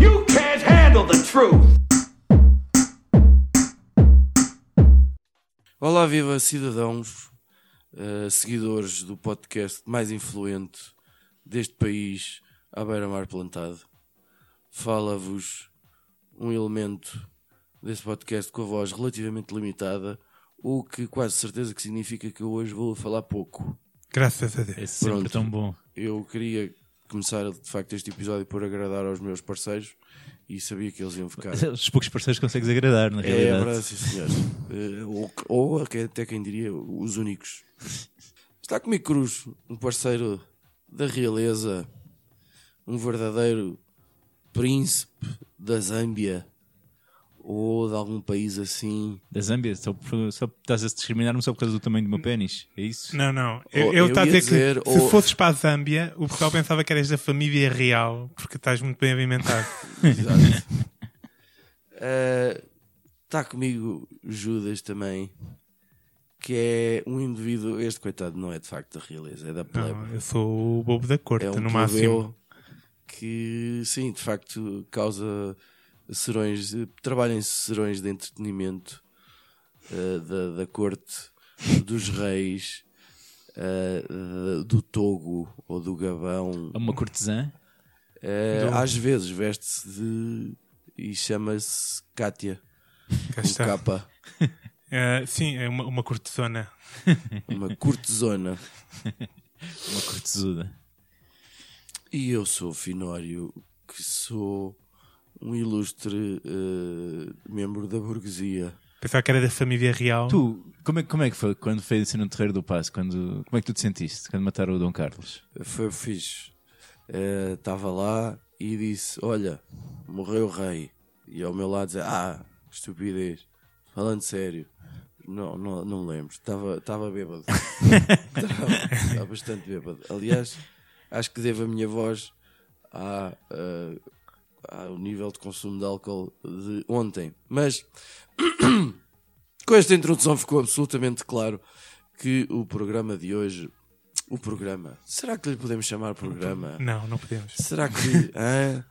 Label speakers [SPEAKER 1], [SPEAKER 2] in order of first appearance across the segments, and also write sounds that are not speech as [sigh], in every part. [SPEAKER 1] You can't handle the truth.
[SPEAKER 2] Olá, viva cidadãos, eh, seguidores do podcast mais influente deste país, à beira-mar plantado. Fala-vos um elemento desse podcast com a voz relativamente limitada, o que quase certeza que significa que eu hoje vou falar pouco.
[SPEAKER 3] Graças a Deus.
[SPEAKER 4] É sempre
[SPEAKER 2] Pronto.
[SPEAKER 4] tão bom. [laughs]
[SPEAKER 2] Eu queria começar, de facto, este episódio por agradar aos meus parceiros e sabia que eles iam
[SPEAKER 4] [laughs]
[SPEAKER 2] ficar...
[SPEAKER 4] Os poucos parceiros consegues agradar, na
[SPEAKER 2] É,
[SPEAKER 4] realidade.
[SPEAKER 2] verdade, sim, senhor. Eh, ou, ou até até quem diria, os únicos. Está comigo Cruz, um parceiro da realeza, um verdadeiro príncipe da Zâmbia ou de algum país assim.
[SPEAKER 4] da Zâmbia, só, por- só estás a discriminar-me só por causa do tamanho do meu pênis. É isso?
[SPEAKER 3] Não, não.
[SPEAKER 2] Ou
[SPEAKER 3] Eu, eu
[SPEAKER 2] Oh, eu
[SPEAKER 3] tá a
[SPEAKER 2] ia
[SPEAKER 3] dizer,
[SPEAKER 2] dizer, oh.
[SPEAKER 3] que
[SPEAKER 2] ou-
[SPEAKER 3] se fosses para a Zâmbia, o pessoal pensava que eras da família real, porque estás muito bem alimentado.
[SPEAKER 2] [laughs] Exato. Eh, Está comigo Judas também, que é um indivíduo. Este coitado não é de facto da realeza, é da plebe.
[SPEAKER 3] não, eu sou o bobo da corte,
[SPEAKER 2] é um
[SPEAKER 3] Tá no
[SPEAKER 2] plebeu
[SPEAKER 3] máximo.
[SPEAKER 2] que sim, de facto causa serões, trabalhem-se serões de entretenimento eh, da, da corte dos reis eh, da- do Togo ou do Gabão.
[SPEAKER 4] É uma cortesã?
[SPEAKER 2] Eh,
[SPEAKER 3] Do-
[SPEAKER 2] Às vezes veste-se de e chama-se Cátia,
[SPEAKER 3] Cá
[SPEAKER 2] um
[SPEAKER 3] está.
[SPEAKER 2] capa,
[SPEAKER 3] Ah, sim, é uma, uma cortesona.
[SPEAKER 2] uma cortesona.
[SPEAKER 4] Uma cortesuda.
[SPEAKER 2] E eu sou o Finório, que sou um ilustre eh, membro da burguesia.
[SPEAKER 3] Pensava que era da família real.
[SPEAKER 4] Tu, como é, como é que foi quando foi assim no Terreiro do Passo? Quando, como é que tu te sentiste quando mataram o Dom Carlos?
[SPEAKER 2] Foi fixe. Estava Eh, lá e disse: Olha, morreu o rei. E ao meu lado dizia: Ah, que estupidez. Falando sério, não, não, não me lembro. Estava bêbado. Estava bastante bêbado. Aliás, acho que devo a minha voz à, eh, ao nível de consumo de álcool de ontem. Mas [coughs] com esta introdução ficou absolutamente claro que o programa de hoje. O programa. Será que lhe podemos chamar programa?
[SPEAKER 3] Não, não podemos.
[SPEAKER 2] Será que. hã?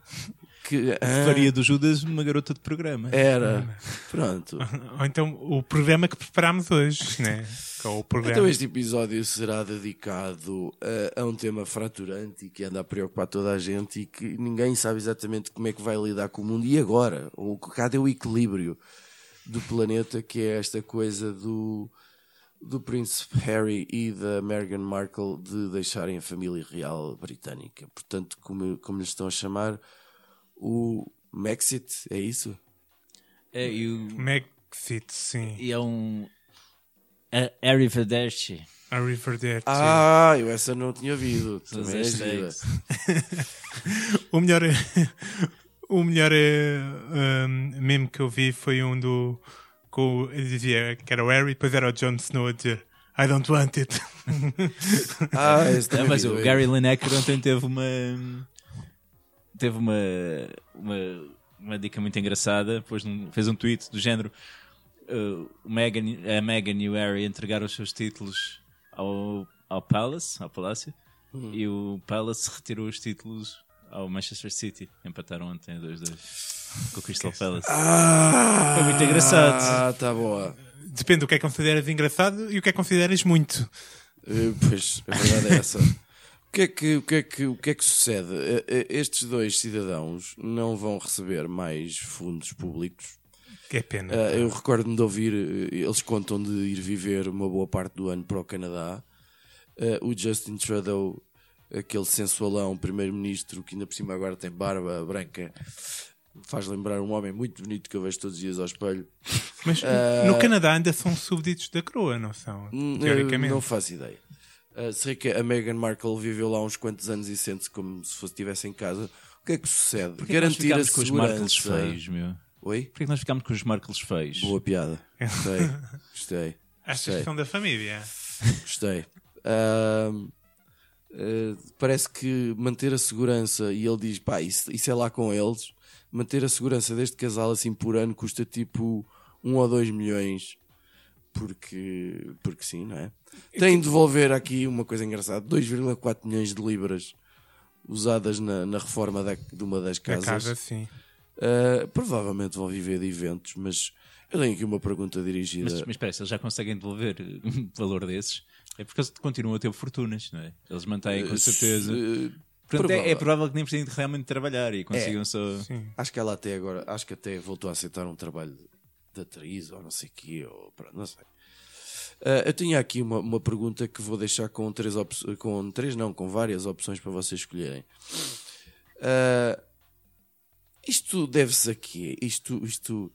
[SPEAKER 2] que hã?
[SPEAKER 4] Faria do Judas uma garota de programa.
[SPEAKER 2] É. Era. Pronto.
[SPEAKER 3] Ou então o programa que preparámos hoje, né? Que é o programa.
[SPEAKER 2] Então este episódio será dedicado a, a um tema fraturante e que anda a preocupar toda a gente e que ninguém sabe exatamente como é que vai lidar com o mundo. E agora? Ou cadê o equilíbrio do planeta que é esta coisa do, do príncipe Harry e da Meghan Markle de deixarem a família real britânica. Portanto, como, como lhes estão a chamar, o Mexit, é isso?
[SPEAKER 4] É, e, o-
[SPEAKER 3] Megxit, sim.
[SPEAKER 4] e é um. é A Arrivederci.
[SPEAKER 3] A Riverdale.
[SPEAKER 2] Ah, eu essa não tinha ouvido.
[SPEAKER 4] Os
[SPEAKER 2] Também é gira.
[SPEAKER 4] hashtags.
[SPEAKER 3] O melhor, é- [laughs] o melhor eh, um, meme que eu vi foi um do. Com, o- ele dizia que era o Harry, depois era o Jon Snow a dizer I don't want it. [laughs]
[SPEAKER 2] [laughs] Ah, esse
[SPEAKER 4] Ah,
[SPEAKER 2] também
[SPEAKER 4] mas
[SPEAKER 2] vi,
[SPEAKER 4] o
[SPEAKER 2] eu-
[SPEAKER 4] Gary Lineker ontem teve uma. Teve uma. Uma, uma dica muito engraçada. Pôs num- fez um tweet do género. uh, o Meghan, a Meghan e o Harry entregaram os seus títulos ao, ao Palace, ao Palácio, e o Palace retirou os títulos ao Manchester City. Empataram ontem 2-2 com o Crystal Palace. Foi muito engraçado.
[SPEAKER 2] Ah, tá boa.
[SPEAKER 3] Depende do que é que consideras engraçado e o que é que consideras muito.
[SPEAKER 2] Eh, Pois, a verdade é essa. O que é que, o que, é que, o que, é que sucede? Eh, eh, Estes dois cidadãos não vão receber mais fundos públicos.
[SPEAKER 3] Que é pena.
[SPEAKER 2] Ah, eu recordo-me de ouvir, eh, eles contam de ir viver uma boa parte do ano para o Canadá. Ah, o Justin Trudeau, aquele sensualão primeiro-ministro que ainda por cima agora tem barba branca, faz lembrar um homem muito bonito que eu vejo todos os dias ao espelho.
[SPEAKER 3] Mas
[SPEAKER 2] eh,
[SPEAKER 3] no Canadá ainda são súbditos da coroa, não são?
[SPEAKER 2] N-
[SPEAKER 3] Teoricamente.
[SPEAKER 2] Hum, Não faço ideia. Uh, sei que a Meghan Markle viveu lá uns quantos anos e sente-se como se fosse- estivesse em casa. O que é que sucede?
[SPEAKER 4] Porquê que nós ficámos com os Marcos
[SPEAKER 2] segurança-
[SPEAKER 4] feios, meu?
[SPEAKER 2] Oi?
[SPEAKER 4] Porquê que nós ficámos com os Marcos feios?
[SPEAKER 2] Boa piada. Gostei.
[SPEAKER 4] [laughs]
[SPEAKER 2] Gostei.
[SPEAKER 3] Achas que
[SPEAKER 2] Sei.
[SPEAKER 3] são da família?
[SPEAKER 2] Gostei. Ahm, eh, parece que manter a segurança e ele diz: pá, isso, isso é lá com eles. manter a segurança deste casal assim por ano custa tipo 1 ou 2 milhões. Porque, porque sim, não é? Tem de devolver aqui uma coisa engraçada: 2,4 milhões de libras usadas na, na reforma da- de uma das
[SPEAKER 3] Na
[SPEAKER 2] casas.
[SPEAKER 3] casa, sim.
[SPEAKER 2] Uh, provavelmente vão viver de eventos, mas eu tenho aqui uma pergunta dirigida.
[SPEAKER 4] Mas, mas espera, se eles já conseguem devolver [laughs] um valor desses, é porque eles continuam a ter fortunas, não é? Eles mantêm, com
[SPEAKER 3] Eh,
[SPEAKER 4] certeza.
[SPEAKER 2] Uh,
[SPEAKER 4] Portanto, é, é
[SPEAKER 2] provável.
[SPEAKER 4] provável que nem precisem de realmente trabalhar e
[SPEAKER 3] É.
[SPEAKER 4] consigam só.
[SPEAKER 2] Acho que ela até agora, acho que até voltou a aceitar um trabalho de- de atriz ou não sei o quê, ou pronto, não sei. Ah, eu tinha aqui uma, uma pergunta que vou deixar com três opções, com três não, com várias opções para vocês escolherem. Ah, isto deve-se a quê? Isto, isto,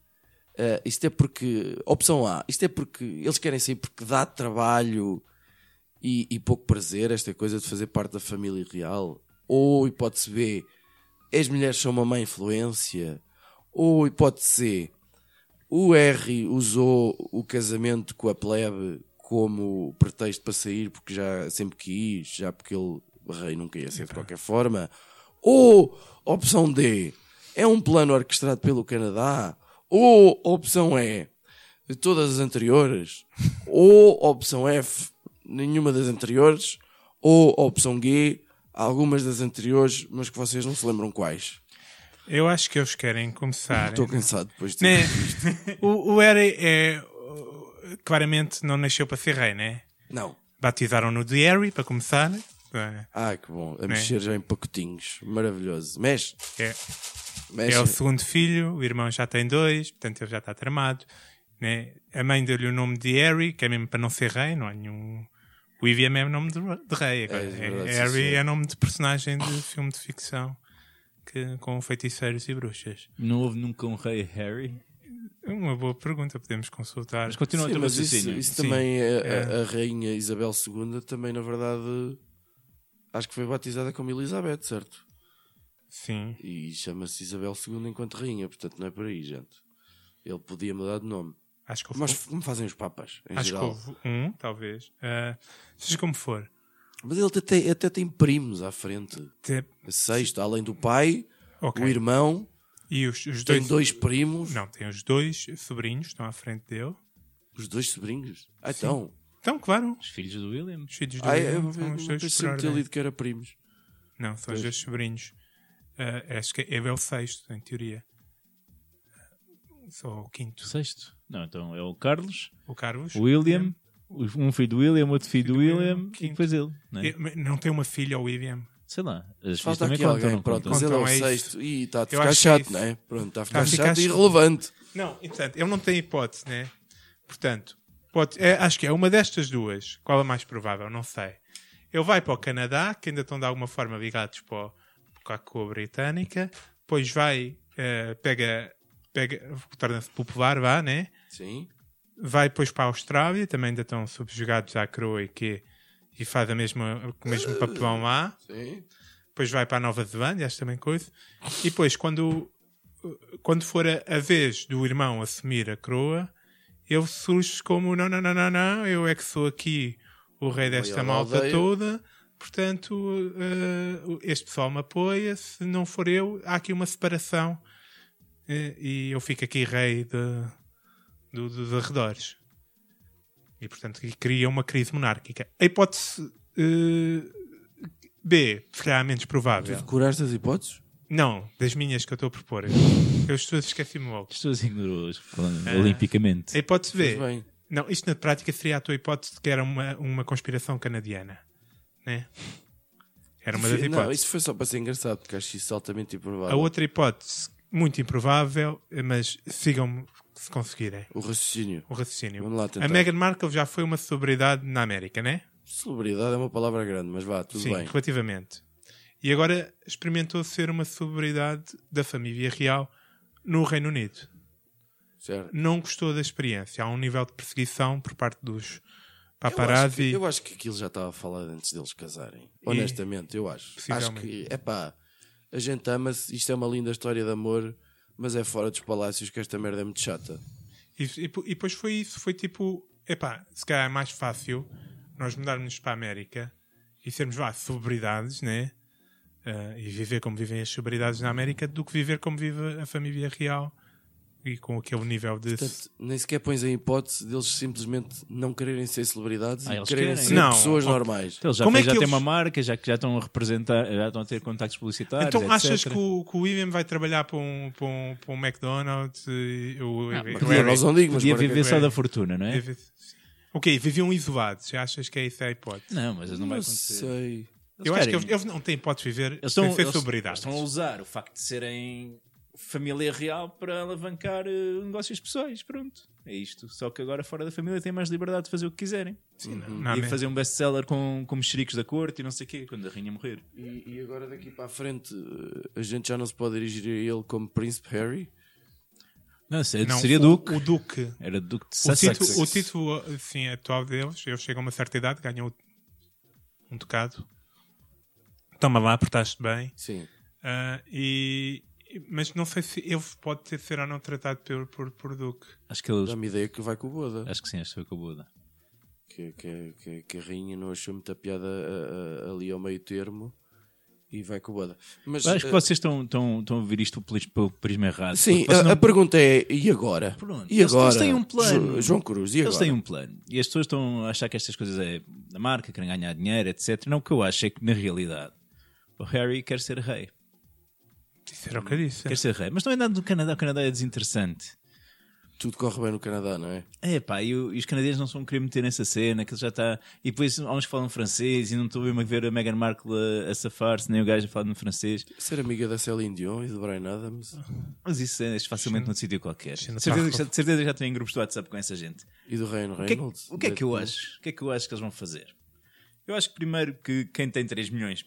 [SPEAKER 2] ah, isto é porque, opção A, isto é porque eles querem sair porque dá trabalho e, e pouco prazer esta coisa de fazer parte da família real? Ou hipótese B, as mulheres são uma má influência? Ou hipótese C, o R usou o casamento com a plebe como pretexto para sair porque já sempre quis, já porque ele rei nunca ia ser de qualquer forma? Ou opção D, é um plano orquestrado pelo Canadá? Ou opção E, de todas as anteriores? [laughs] Ou opção F, nenhuma das anteriores? Ou opção G, algumas das anteriores, mas que vocês não se lembram quais?
[SPEAKER 3] Eu acho que eles querem começar.
[SPEAKER 2] Estou cansado depois de ter
[SPEAKER 3] Né? [laughs]
[SPEAKER 2] visto.
[SPEAKER 3] o, o Harry é. o- Claramente não nasceu para ser rei, né?
[SPEAKER 2] Não.
[SPEAKER 3] Batizaram-no de Harry, para começar. É,
[SPEAKER 2] Ah, que bom. A mexer já em pacotinhos. Maravilhoso. Mexe.
[SPEAKER 3] é-
[SPEAKER 2] Mexe.
[SPEAKER 3] é o segundo filho, o irmão já tem dois, portanto ele já está tramado. Né? A mãe deu-lhe o nome de Harry, que é mesmo para não ser rei, não há nenhum. O William é nome de, de rei. Agora.
[SPEAKER 2] É, é verdade,
[SPEAKER 3] É-
[SPEAKER 2] sim,
[SPEAKER 3] Harry
[SPEAKER 2] senhor.
[SPEAKER 3] é nome de personagem de filme de ficção que, com feiticeiros e bruxas.
[SPEAKER 4] Não houve nunca um rei Harry.
[SPEAKER 3] Uma boa pergunta, podemos consultar.
[SPEAKER 4] Mas continua a
[SPEAKER 2] Sim,
[SPEAKER 4] ter
[SPEAKER 2] mas isso,
[SPEAKER 4] raciocínio.
[SPEAKER 2] isso
[SPEAKER 3] Sim.
[SPEAKER 2] também, é-
[SPEAKER 3] É.
[SPEAKER 2] A, a rainha Isabel II também, na verdade, acho que foi batizada como Elizabeth, certo?
[SPEAKER 3] Sim.
[SPEAKER 2] E chama-se Isabel II enquanto rainha, portanto não é por aí, gente. Ele podia mudar de nome.
[SPEAKER 3] Acho que houve, um,
[SPEAKER 2] Mas como fazem os papas, em
[SPEAKER 3] acho que
[SPEAKER 2] geral.
[SPEAKER 3] houve um, talvez. Ah, seja como for.
[SPEAKER 2] Mas ele até, até tem primos à frente.
[SPEAKER 3] Te-
[SPEAKER 2] Sexto, além do pai,
[SPEAKER 3] ok.
[SPEAKER 2] o irmão,
[SPEAKER 3] E os, os
[SPEAKER 2] tem
[SPEAKER 3] dois,
[SPEAKER 2] dois primos,
[SPEAKER 3] Não, tem os dois sobrinhos, estão à frente dele.
[SPEAKER 2] os dois sobrinhos. Ah, então...
[SPEAKER 3] Então, claro,
[SPEAKER 4] Os filhos do William.
[SPEAKER 3] os filhos do
[SPEAKER 2] Ah,
[SPEAKER 3] William
[SPEAKER 2] eu, eu,
[SPEAKER 3] são os
[SPEAKER 2] eu
[SPEAKER 3] dois
[SPEAKER 2] sempre
[SPEAKER 3] por
[SPEAKER 2] tinha
[SPEAKER 3] ordem.
[SPEAKER 2] lido que era primos.
[SPEAKER 3] Não, são
[SPEAKER 2] Pois.
[SPEAKER 3] os dois sobrinhos. Ah, acho que ele é o sexto, em teoria. Ah, Só o
[SPEAKER 4] O
[SPEAKER 3] quinto.
[SPEAKER 4] sexto. Não, então é o Carlos,
[SPEAKER 3] O Carlos.
[SPEAKER 4] o William, um filho do William, outro filho do
[SPEAKER 3] William,
[SPEAKER 4] William e
[SPEAKER 3] quinto.
[SPEAKER 4] depois ele. Não, é?
[SPEAKER 3] Eh, mas Não tem uma filha, o William.
[SPEAKER 4] Sei lá. As filhas
[SPEAKER 2] Falta
[SPEAKER 4] também
[SPEAKER 2] aqui
[SPEAKER 4] contam,
[SPEAKER 2] alguém,
[SPEAKER 4] não
[SPEAKER 2] pronto,
[SPEAKER 4] contam.
[SPEAKER 2] mas ele é o
[SPEAKER 3] Então é isso.
[SPEAKER 2] sexto. e está a
[SPEAKER 3] acho
[SPEAKER 2] ficar
[SPEAKER 3] que é
[SPEAKER 2] chato,
[SPEAKER 3] isso.
[SPEAKER 2] não é? Pronto, está a ficar
[SPEAKER 3] a ficar
[SPEAKER 2] chato e
[SPEAKER 3] chato.
[SPEAKER 2] irrelevante.
[SPEAKER 3] Não, e, portanto, ele não tem hipótese, né? Portanto, pode, é, acho que é uma destas duas. Qual a mais provável? Não sei. Ele vai para o Canadá, que ainda estão de alguma forma ligados para, o- para a coroa britânica. Depois vai, eh, pega, pega torna-se popular, vá, né?
[SPEAKER 2] Sim.
[SPEAKER 3] Vai depois para a Austrália, também ainda estão subjugados à coroa e que e faz a mesma, o mesmo papelão lá
[SPEAKER 2] Sim.
[SPEAKER 3] depois vai para a Nova Zelândia, acho também coisa. E depois, quando, quando for a, a vez do irmão assumir a coroa, ele surge como: não, não, não, não, não, eu é que sou aqui o rei desta
[SPEAKER 2] Maior
[SPEAKER 3] malta
[SPEAKER 2] aldeia."
[SPEAKER 3] toda, portanto, eh, este pessoal me apoia. Se não for eu, há aqui uma separação eh, e eu fico aqui rei de, do- dos arredores. E, portanto, que cria uma crise monárquica. A hipótese eh, B, se calhar a menos
[SPEAKER 2] É.
[SPEAKER 3] provável.
[SPEAKER 2] Curaste as hipóteses?
[SPEAKER 3] Não, das minhas que eu estou a propor. Eu, eu estou esqueci-me logo.
[SPEAKER 4] As pessoas ignorou falando
[SPEAKER 3] É.
[SPEAKER 4] olimpicamente.
[SPEAKER 3] A hipótese
[SPEAKER 2] Pois
[SPEAKER 3] B.
[SPEAKER 2] bem.
[SPEAKER 3] Não, isto na prática seria a tua hipótese de que era uma, uma conspiração canadiana. Né? Era É uma das
[SPEAKER 2] Não,
[SPEAKER 3] hipóteses.
[SPEAKER 2] isso foi só para ser engraçado, porque acho isso altamente
[SPEAKER 3] A
[SPEAKER 2] improvável.
[SPEAKER 3] outra hipótese, muito improvável, mas sigam-me se conseguirem.
[SPEAKER 2] O raciocínio.
[SPEAKER 3] O raciocínio.
[SPEAKER 2] Vamos lá tentar.
[SPEAKER 3] a Meghan Markle já foi uma celebridade na América, né?
[SPEAKER 2] Celebridade é uma palavra grande, mas vá, tudo
[SPEAKER 3] Sim,
[SPEAKER 2] bem.
[SPEAKER 3] relativamente. E agora experimentou ser uma celebridade da família real no Reino Unido.
[SPEAKER 2] Certo.
[SPEAKER 3] não gostou da experiência. Há um nível de perseguição por parte dos
[SPEAKER 2] Eu acho,
[SPEAKER 3] paparazzi.
[SPEAKER 2] que, eu acho que aquilo já estava falado antes deles casarem. Honestamente, eu acho. Acho que,
[SPEAKER 3] Possivelmente.
[SPEAKER 2] é pá, a gente ama-se, isto é uma linda história de amor, mas é fora dos palácios que esta merda é muito chata.
[SPEAKER 3] E, e, e depois foi isso. Foi tipo, epá, se calhar é mais fácil nós mudarmos para a América e sermos lá celebridades, né? eh, e viver como vivem as celebridades na América do que viver como vive a família real e com aquele nível de.
[SPEAKER 2] Portanto, nem sequer pões a hipótese deles simplesmente não quererem ser celebridades
[SPEAKER 4] Ah,
[SPEAKER 2] e
[SPEAKER 4] eles
[SPEAKER 2] quererem
[SPEAKER 4] querem.
[SPEAKER 2] ser
[SPEAKER 3] Não.
[SPEAKER 2] pessoas
[SPEAKER 3] Ok.
[SPEAKER 2] normais.
[SPEAKER 4] Então, eles já,
[SPEAKER 3] Como é
[SPEAKER 4] já
[SPEAKER 3] que
[SPEAKER 4] têm
[SPEAKER 3] eles-
[SPEAKER 4] uma marca, já, que já estão a representar, já estão a ter contactos publicitários.
[SPEAKER 3] então
[SPEAKER 4] Ah, etc.
[SPEAKER 3] achas que o, que o William vai trabalhar para um, para um, para um McDonald's? E, o, o
[SPEAKER 2] Não,
[SPEAKER 3] Eric-
[SPEAKER 2] nós não digo, mas
[SPEAKER 4] podia
[SPEAKER 2] para quê?
[SPEAKER 4] viver só da fortuna, não é?
[SPEAKER 3] Ok, viviam isolados. Já achas que é isso a hipótese?
[SPEAKER 4] Não, mas não vai
[SPEAKER 2] Não
[SPEAKER 4] acontecer.
[SPEAKER 2] sei.
[SPEAKER 4] Eles
[SPEAKER 3] Eu acho que
[SPEAKER 4] querem-
[SPEAKER 3] eles, eles não têm hipótese de viver
[SPEAKER 4] Eles
[SPEAKER 3] sem
[SPEAKER 4] estão,
[SPEAKER 3] ser
[SPEAKER 4] eles- eles
[SPEAKER 3] celebridades.
[SPEAKER 4] estão a usar o facto de serem família real para alavancar eh, negócios pessoais. Pronto, é isto. Só que agora fora da família têm mais liberdade de fazer o que quiserem.
[SPEAKER 3] Sim, não- não há
[SPEAKER 4] e
[SPEAKER 3] mesmo.
[SPEAKER 4] fazer um best-seller com, com mexericos da corte e não sei o quê, quando a rainha morrer.
[SPEAKER 2] E, e agora daqui para a frente eh, a gente já não se pode dirigir a ele como Príncipe Harry?
[SPEAKER 4] Não sei,
[SPEAKER 3] Não,
[SPEAKER 4] seria é
[SPEAKER 3] o-
[SPEAKER 4] Duque.
[SPEAKER 3] O Duque.
[SPEAKER 4] Era Duque de
[SPEAKER 3] O
[SPEAKER 4] Sussex.
[SPEAKER 3] título, o título, sim, atual deles, eles chegam a uma certa idade, ganham um tocado. Toma lá, portaste bem.
[SPEAKER 2] Sim.
[SPEAKER 3] Ah, e, mas não sei se ele pode ter ser ou não tratado por, por, por Duque.
[SPEAKER 4] Acho que eles.
[SPEAKER 2] Dá-me ideia que vai com o Boda.
[SPEAKER 4] Acho que sim, acho que foi com a Buda.
[SPEAKER 2] Que, que, que, que a rainha não achou muita piada a- a- ali ao meio termo e vai com o Boda. Mas,
[SPEAKER 4] Acho que
[SPEAKER 2] eh,
[SPEAKER 4] vocês estão, estão, estão a ouvir isto pelo pris- pelo prisma errado.
[SPEAKER 2] Sim,
[SPEAKER 4] Porque vocês
[SPEAKER 2] a,
[SPEAKER 4] não-
[SPEAKER 2] a pergunta é: e agora?
[SPEAKER 4] Pronto.
[SPEAKER 2] E
[SPEAKER 4] Eles- eles
[SPEAKER 2] agora?
[SPEAKER 4] têm um plano.
[SPEAKER 2] Jo- João Cruz, e agora?
[SPEAKER 4] Eles têm um plano e as pessoas estão a achar que estas coisas é da marca, querem ganhar dinheiro, etc. Não, o que eu acho é que na realidade o Harry quer ser rei,
[SPEAKER 3] Isso era o que eu disse.
[SPEAKER 4] quer ser rei, mas não é nada do Canadá. O Canadá é desinteressante. um-
[SPEAKER 2] Tudo corre bem no Canadá, não é?
[SPEAKER 4] É pá, e, o- e os canadianos não vão querer meter nessa cena, que ele já está. E depois há uns que falam francês e não estou mesmo a ver a Meghan Markle a, a safar-se, nem o gajo a falar no francês.
[SPEAKER 2] Ser amiga da Celine Dion e do Brian Adams
[SPEAKER 4] Mas isso é facilmente num sítio qualquer. De
[SPEAKER 3] não
[SPEAKER 4] certeza,
[SPEAKER 3] está-
[SPEAKER 4] que já- de certeza que já têm grupos de WhatsApp com essa gente.
[SPEAKER 2] e do Ryan
[SPEAKER 4] O que, é, que-
[SPEAKER 2] Reynolds.
[SPEAKER 4] o que é que eu acho? O que é que eu acho que eles vão fazer? Eu acho que primeiro que quem tem 3 milhões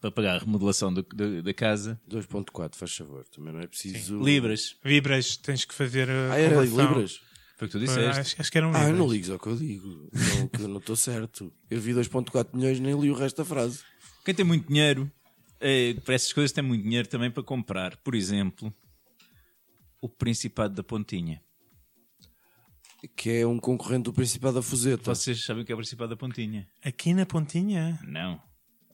[SPEAKER 4] para pagar a remodelação do- do- da casa,
[SPEAKER 2] 2.4, faz favor, também não é preciso.
[SPEAKER 4] libras,
[SPEAKER 3] Libras, tens que fazer. a
[SPEAKER 2] Ah, era
[SPEAKER 3] conversão.
[SPEAKER 2] libras?
[SPEAKER 4] foi o que tu
[SPEAKER 3] Ah,
[SPEAKER 4] disseste.
[SPEAKER 3] Acho, acho que eram
[SPEAKER 2] Ah,
[SPEAKER 3] libras.
[SPEAKER 2] eu não ligo ao que eu digo. Não, que eu não estou certo. Eu vi 2.4 milhões nem li o resto da frase.
[SPEAKER 4] Quem tem muito dinheiro, eh, para essas coisas tem muito dinheiro também para comprar, por exemplo, o Principado da Pontinha.
[SPEAKER 2] Que é um concorrente do Principado da Fuzeta.
[SPEAKER 4] Vocês sabem o que é o Principado da Pontinha?
[SPEAKER 3] Aqui na pontinha?
[SPEAKER 4] Não.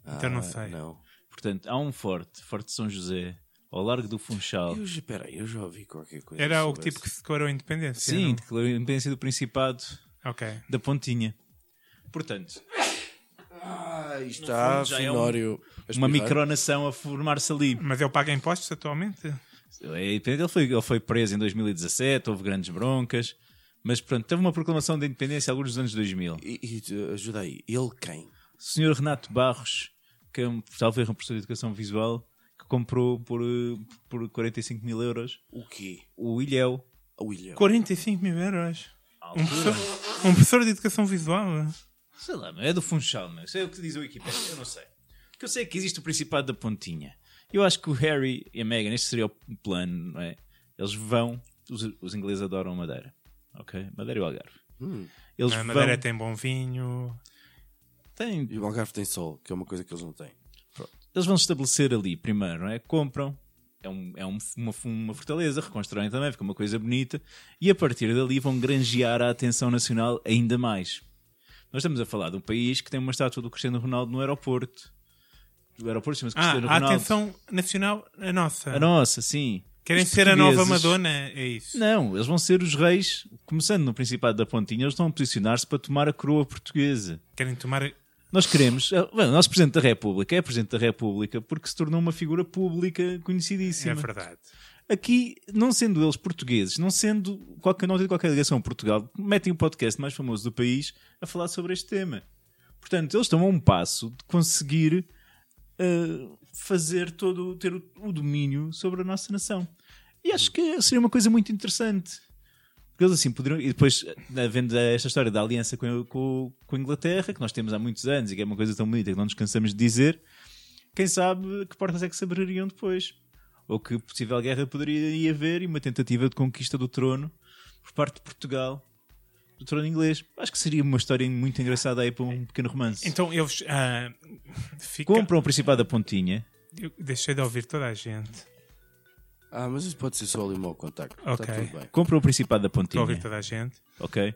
[SPEAKER 3] Então não sei.
[SPEAKER 2] Ah, Não.
[SPEAKER 4] Portanto, há um forte, Forte de São José, ao largo do Funchal.
[SPEAKER 2] Eu, já- peraí, eu já ouvi qualquer coisa.
[SPEAKER 3] Era o
[SPEAKER 2] sobre
[SPEAKER 3] tipo que
[SPEAKER 2] isso.
[SPEAKER 3] se declarou a independência?
[SPEAKER 4] Sim,
[SPEAKER 3] não?
[SPEAKER 4] declarou a independência do Principado
[SPEAKER 3] Ok.
[SPEAKER 4] da Pontinha. Portanto,
[SPEAKER 2] Ah, isto está,
[SPEAKER 4] fundo já é um-
[SPEAKER 2] Finório. a
[SPEAKER 4] uma
[SPEAKER 2] espirrar.
[SPEAKER 4] micronação a formar-se ali.
[SPEAKER 3] Mas ele paga impostos atualmente?
[SPEAKER 4] É independente, Ele foi, ele foi preso em 2017, houve grandes broncas, mas pronto, teve uma proclamação de independência alguns dos anos 2000.
[SPEAKER 2] E, e eh, ajuda aí. Ele quem?
[SPEAKER 4] O senhor Renato Barros, que é um- talvez um professor de educação visual, que comprou por, eh, por 45 mil euros
[SPEAKER 2] O quê? [laughs]
[SPEAKER 4] o Ilhéu.
[SPEAKER 2] O William.
[SPEAKER 3] 45 mil euros.
[SPEAKER 4] À
[SPEAKER 3] Um
[SPEAKER 4] altura.
[SPEAKER 3] professor, um professor de educação visual?
[SPEAKER 4] Sei lá, meu, é do Funchal, meu. Sei o que diz o Wikipedia, eu não sei. O que eu sei é que existe o Principado da Pontinha. Eu acho que o Harry e a Meghan, este seria o plano, não é? Eles vão. Os, os ingleses adoram Madeira, ok? Madeira e o Algarve. Eles
[SPEAKER 3] A
[SPEAKER 4] vão.
[SPEAKER 3] Madeira é tem bom vinho.
[SPEAKER 4] Tem-
[SPEAKER 2] E o Algarve tem sol, que é uma coisa que eles não têm.
[SPEAKER 4] eles vão se estabelecer ali primeiro, não é? Compram, é, um- é um- uma, uma fortaleza, reconstroem também, fica uma coisa bonita, e a partir dali vão granjear a atenção nacional ainda mais. Nós estamos a falar de um país que tem uma estátua do Cristiano Ronaldo no aeroporto. O aeroporto chama-se
[SPEAKER 3] Ah,
[SPEAKER 4] Cristiano
[SPEAKER 3] a
[SPEAKER 4] Ronaldo.
[SPEAKER 3] atenção nacional, a nossa.
[SPEAKER 4] A nossa, sim.
[SPEAKER 3] Querem
[SPEAKER 4] Os
[SPEAKER 3] ser a nova
[SPEAKER 4] portugueses-
[SPEAKER 3] Madonna? É isso.
[SPEAKER 4] Não, eles vão ser os reis, começando no Principado da Pontinha, eles estão a posicionar-se para tomar a coroa portuguesa.
[SPEAKER 3] Querem tomar.
[SPEAKER 4] Nós queremos. eh, Bem, o nosso Presidente da República é Presidente da República porque se tornou uma figura pública
[SPEAKER 3] é
[SPEAKER 4] conhecidíssima.
[SPEAKER 3] verdade.
[SPEAKER 4] Aqui, não sendo eles portugueses, não sendo qualquer, não tendo qualquer ligação a Portugal, metem o podcast mais famoso do país a falar sobre este tema. Portanto, eles estão a um passo de conseguir eh, fazer todo, ter o, o domínio sobre a nossa nação. E acho que seria uma coisa muito interessante. Porque eles assim poderiam. E depois, eh, vendo esta história da aliança com, com, com a Inglaterra, que nós temos há muitos anos e que é uma coisa tão bonita que não nos cansamos de dizer, quem sabe que portas é que se abririam depois? Ou que possível guerra poderia haver e uma tentativa de conquista do trono por parte de Portugal, do trono inglês. Acho que seria uma história muito engraçada aí para um pequeno romance.
[SPEAKER 3] Então eles. ah, fica...
[SPEAKER 4] Compram o Principado da Pontinha.
[SPEAKER 3] Eu deixei de ouvir toda a gente.
[SPEAKER 2] Ah, mas isso pode ser só ali o mau contacto.
[SPEAKER 3] Ok.
[SPEAKER 2] Está tudo bem.
[SPEAKER 4] Compram o Principado da
[SPEAKER 3] De ouvir
[SPEAKER 4] Pontinha.
[SPEAKER 3] toda a gente.
[SPEAKER 4] Ok?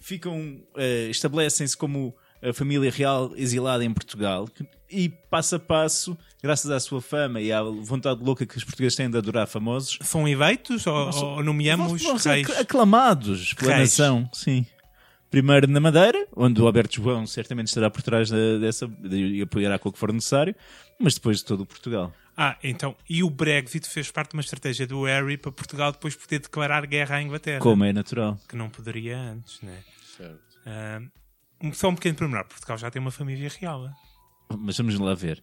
[SPEAKER 4] Ficam. eh, Estabelecem-se como a família real exilada em Portugal que- e passo a passo, graças à sua fama e à vontade louca que os portugueses têm de adorar famosos,
[SPEAKER 3] São eleitos ou, ou nomeamos
[SPEAKER 4] vão ser
[SPEAKER 3] reis?
[SPEAKER 4] ac- aclamados pela
[SPEAKER 3] Reis.
[SPEAKER 4] nação, sim. Primeiro na Madeira, onde o Alberto João certamente estará por trás da- dessa de- e apoiará com o que for necessário, mas depois de todo o Portugal.
[SPEAKER 3] Ah, então, e o Brexit fez parte de uma estratégia do Harry para Portugal depois poder declarar guerra à Inglaterra,
[SPEAKER 4] Como é natural.
[SPEAKER 3] que não poderia antes, né?
[SPEAKER 2] Certo.
[SPEAKER 3] Ah, um- só um pequeno pormenor, Portugal já tem uma família real. ah.
[SPEAKER 4] Mas vamos lá ver.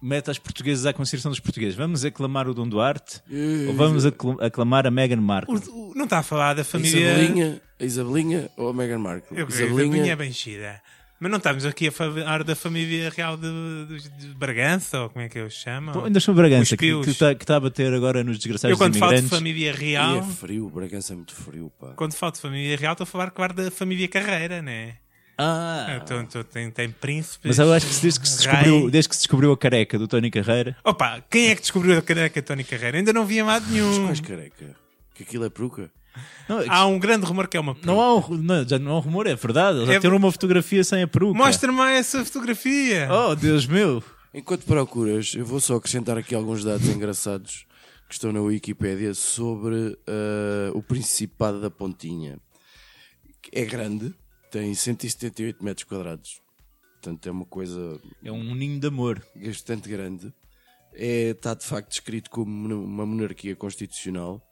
[SPEAKER 4] Meta aos portugueses à Constituição dos Portugueses. Vamos aclamar o Dom Duarte ou vamos acla- aclamar a Meghan Markle?
[SPEAKER 3] O- o- não está a falar da
[SPEAKER 2] A
[SPEAKER 3] família.
[SPEAKER 2] Isabelinha, a Isabelinha ou a Meghan Markle?
[SPEAKER 3] Eu creio que a minha é bem gira. Mas não estamos aqui a falar da família real de, de- de Bragança, ou como é que eles chamam?
[SPEAKER 4] Bom, ainda sou Bragança,
[SPEAKER 3] Os
[SPEAKER 4] que
[SPEAKER 3] pios.
[SPEAKER 4] está a bater agora nos desgraçados
[SPEAKER 3] Eu quando falo de
[SPEAKER 4] imigrantes.
[SPEAKER 3] família
[SPEAKER 2] E é
[SPEAKER 3] real,
[SPEAKER 2] frio, Bragança é muito frio, pá.
[SPEAKER 3] quando falo de família real, estou a falar, claro, da família Carreira, né?
[SPEAKER 4] Ah,
[SPEAKER 3] Então, então, tem, tem príncipes.
[SPEAKER 4] mas eu acho que desde que, se
[SPEAKER 3] rei.
[SPEAKER 4] descobriu, desde que se descobriu a careca do Tony Carreira,
[SPEAKER 3] Opa, quem é que descobriu a careca Tony Carreira? Ainda não vi mais nenhum.
[SPEAKER 2] Mas careca, que aquilo é peruca.
[SPEAKER 4] não, é que-
[SPEAKER 3] Há um grande rumor que é uma.
[SPEAKER 4] não há um ru- não, já não há um rumor, é verdade. Eles
[SPEAKER 3] É
[SPEAKER 4] já tiram uma fotografia sem a peruca.
[SPEAKER 3] Mostra-me essa fotografia.
[SPEAKER 4] Oh, Deus meu!
[SPEAKER 2] Enquanto procuras, eu vou só acrescentar aqui alguns dados engraçados que estão na Wikipédia sobre ah, o Principado da Pontinha. É grande, tem 178 metros quadrados. Portanto, é uma coisa
[SPEAKER 4] É um ninho de amor.
[SPEAKER 2] bastante grande. É, está de facto descrito como mon- uma monarquia constitucional.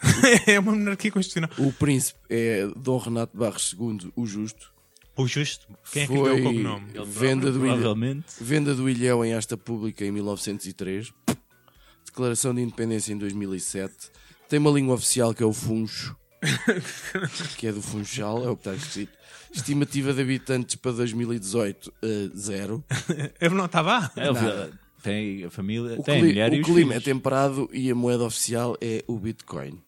[SPEAKER 3] [laughs] é uma monarquia constitucional.
[SPEAKER 2] O príncipe é Dom Renato Barros II, o Justo.
[SPEAKER 3] O justo. Quem é que lhe deu
[SPEAKER 2] Foi
[SPEAKER 3] o cognome?
[SPEAKER 2] venda do, ilha,
[SPEAKER 4] Provavelmente.
[SPEAKER 2] venda do Ilhéu em asta pública em 1903. Declaração de Independência em 2007. Tem uma língua oficial que é o
[SPEAKER 3] [laughs]
[SPEAKER 2] Funcho, que é do Funchal, é o que está escrito. Estimativa de habitantes para 2018, eh, zero.
[SPEAKER 3] Eu não estava.
[SPEAKER 4] É, tem a família,
[SPEAKER 2] O,
[SPEAKER 4] tem a
[SPEAKER 2] cli-
[SPEAKER 4] mulher e
[SPEAKER 2] o
[SPEAKER 4] os
[SPEAKER 2] clima é
[SPEAKER 4] filhos.
[SPEAKER 2] temperado e a moeda oficial é o
[SPEAKER 3] [laughs]
[SPEAKER 2] Bitcoin.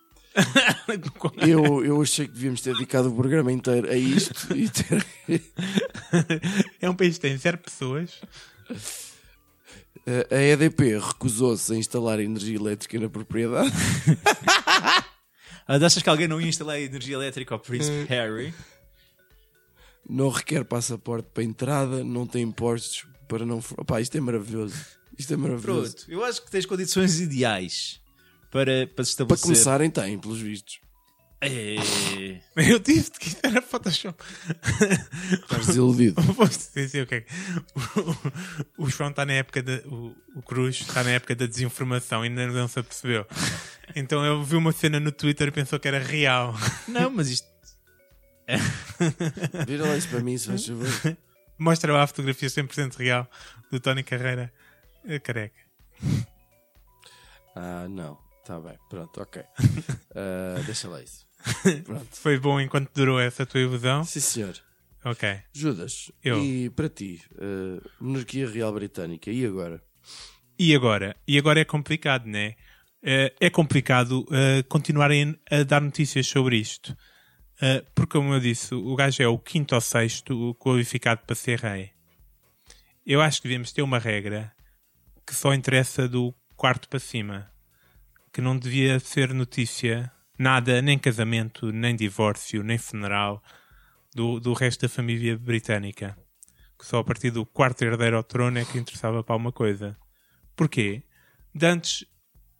[SPEAKER 2] Eu, eu achei que devíamos ter dedicado o programa inteiro a isto e ter.
[SPEAKER 3] É um país que tem zero pessoas.
[SPEAKER 2] Eh, A EDP recusou-se a instalar energia elétrica na propriedade. [laughs] tipo-
[SPEAKER 4] Ah, achas que alguém não ia instalar energia elétrica ao
[SPEAKER 2] Hum.
[SPEAKER 4] príncipe Harry?
[SPEAKER 2] não requer passaporte para entrada, não tem impostos para não. Opá, isto é maravilhoso. Isto é maravilhoso.
[SPEAKER 4] Pronto, eu acho que tens condições ideais para, para se
[SPEAKER 2] Para
[SPEAKER 4] estabelecer.
[SPEAKER 2] começarem, tem, pelos vistos.
[SPEAKER 4] É.
[SPEAKER 3] Eu disse que isso era Photoshop. [laughs]
[SPEAKER 2] Estás [laughs] desiludido.
[SPEAKER 3] Posso dizer o que é que- O, o João está na época da. O, o Cruz está na época da desinformação, ainda não se apercebeu. Então eu vi uma cena no Twitter e pensou que era real.
[SPEAKER 4] Não, mas isto.
[SPEAKER 2] Vira lá isso para mim, se faz favor.
[SPEAKER 3] Mostra lá a fotografia 100% real do Tony Carreira eh, careca.
[SPEAKER 2] Ah, não. Está bem. Pronto, [laughs] ok. Ah, deixa lá isso. Pronto.
[SPEAKER 3] Foi bom enquanto durou essa tua ilusão?
[SPEAKER 2] Sim, senhor.
[SPEAKER 3] Ok.
[SPEAKER 2] Judas,
[SPEAKER 3] Eu.
[SPEAKER 2] e para ti, ah, monarquia real britânica, e agora?
[SPEAKER 3] E agora? E agora é complicado, né? Eh, É complicado eh, continuarem a dar notícias sobre isto. Eh, Porque, como eu disse, o gajo é o quinto ou sexto qualificado para ser rei. Eu acho que devíamos ter uma regra que só interessa do quarto para cima. Que não devia ser notícia nada, nem casamento, nem divórcio, nem funeral do, do resto da família britânica. Que só a partir do quarto herdeiro ao trono é que interessava para alguma coisa. Porquê? De antes,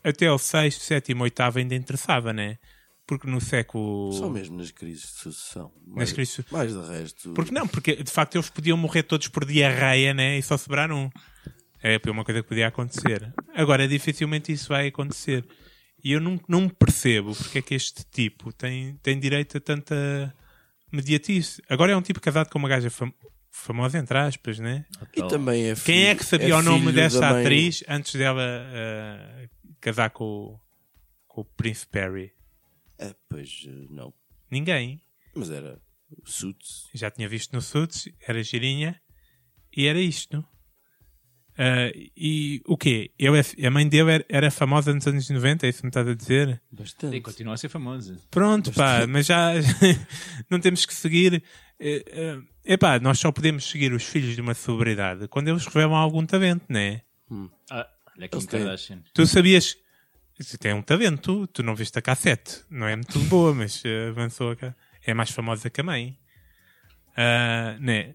[SPEAKER 3] até ao sexto, sétimo, oitavo ainda interessava, né? Porque no século.
[SPEAKER 2] Só mesmo nas crises de sucessão.
[SPEAKER 3] Nas
[SPEAKER 2] Mais,
[SPEAKER 3] crises-
[SPEAKER 2] mais de resto.
[SPEAKER 3] Porque não, porque de facto eles podiam morrer todos por diarreia, né? E só sobrar um. É uma coisa que podia acontecer. Agora, dificilmente isso vai acontecer. E eu não, não percebo porque é que este tipo tem, tem direito a tanta mediatice. Agora é um tipo casado com uma gaja fam- famosa, entre aspas, né?
[SPEAKER 2] E também é filho,
[SPEAKER 3] Quem é que sabia
[SPEAKER 2] é
[SPEAKER 3] o nome
[SPEAKER 2] filho
[SPEAKER 3] dessa
[SPEAKER 2] da mãe-
[SPEAKER 3] atriz antes dela ah, casar com, o- com o Príncipe Harry?
[SPEAKER 2] Ah, pois ah, não.
[SPEAKER 3] Ninguém.
[SPEAKER 2] Mas era Suits.
[SPEAKER 3] já tinha visto no Suits, era girinha, e era isto. Ah, e o quê? Eu, é a mãe dele era, era famosa nos anos 90, é isso que me estás a dizer?
[SPEAKER 2] Bastante.
[SPEAKER 4] E continua a ser famosa.
[SPEAKER 3] Pronto, pá, mas já [laughs] não temos que seguir. eh, eh, Epá, nós só podemos seguir os filhos de uma celebridade quando eles revelam algum talento, não é?
[SPEAKER 4] Ah, olha aqui
[SPEAKER 2] Eles
[SPEAKER 4] em
[SPEAKER 2] têm-
[SPEAKER 4] Kardashian.
[SPEAKER 3] Tu sabias que tem um talento, tu não viste a cassete, não é muito boa, mas eh, avançou a ca- é mais famosa que a mãe, Ah, né?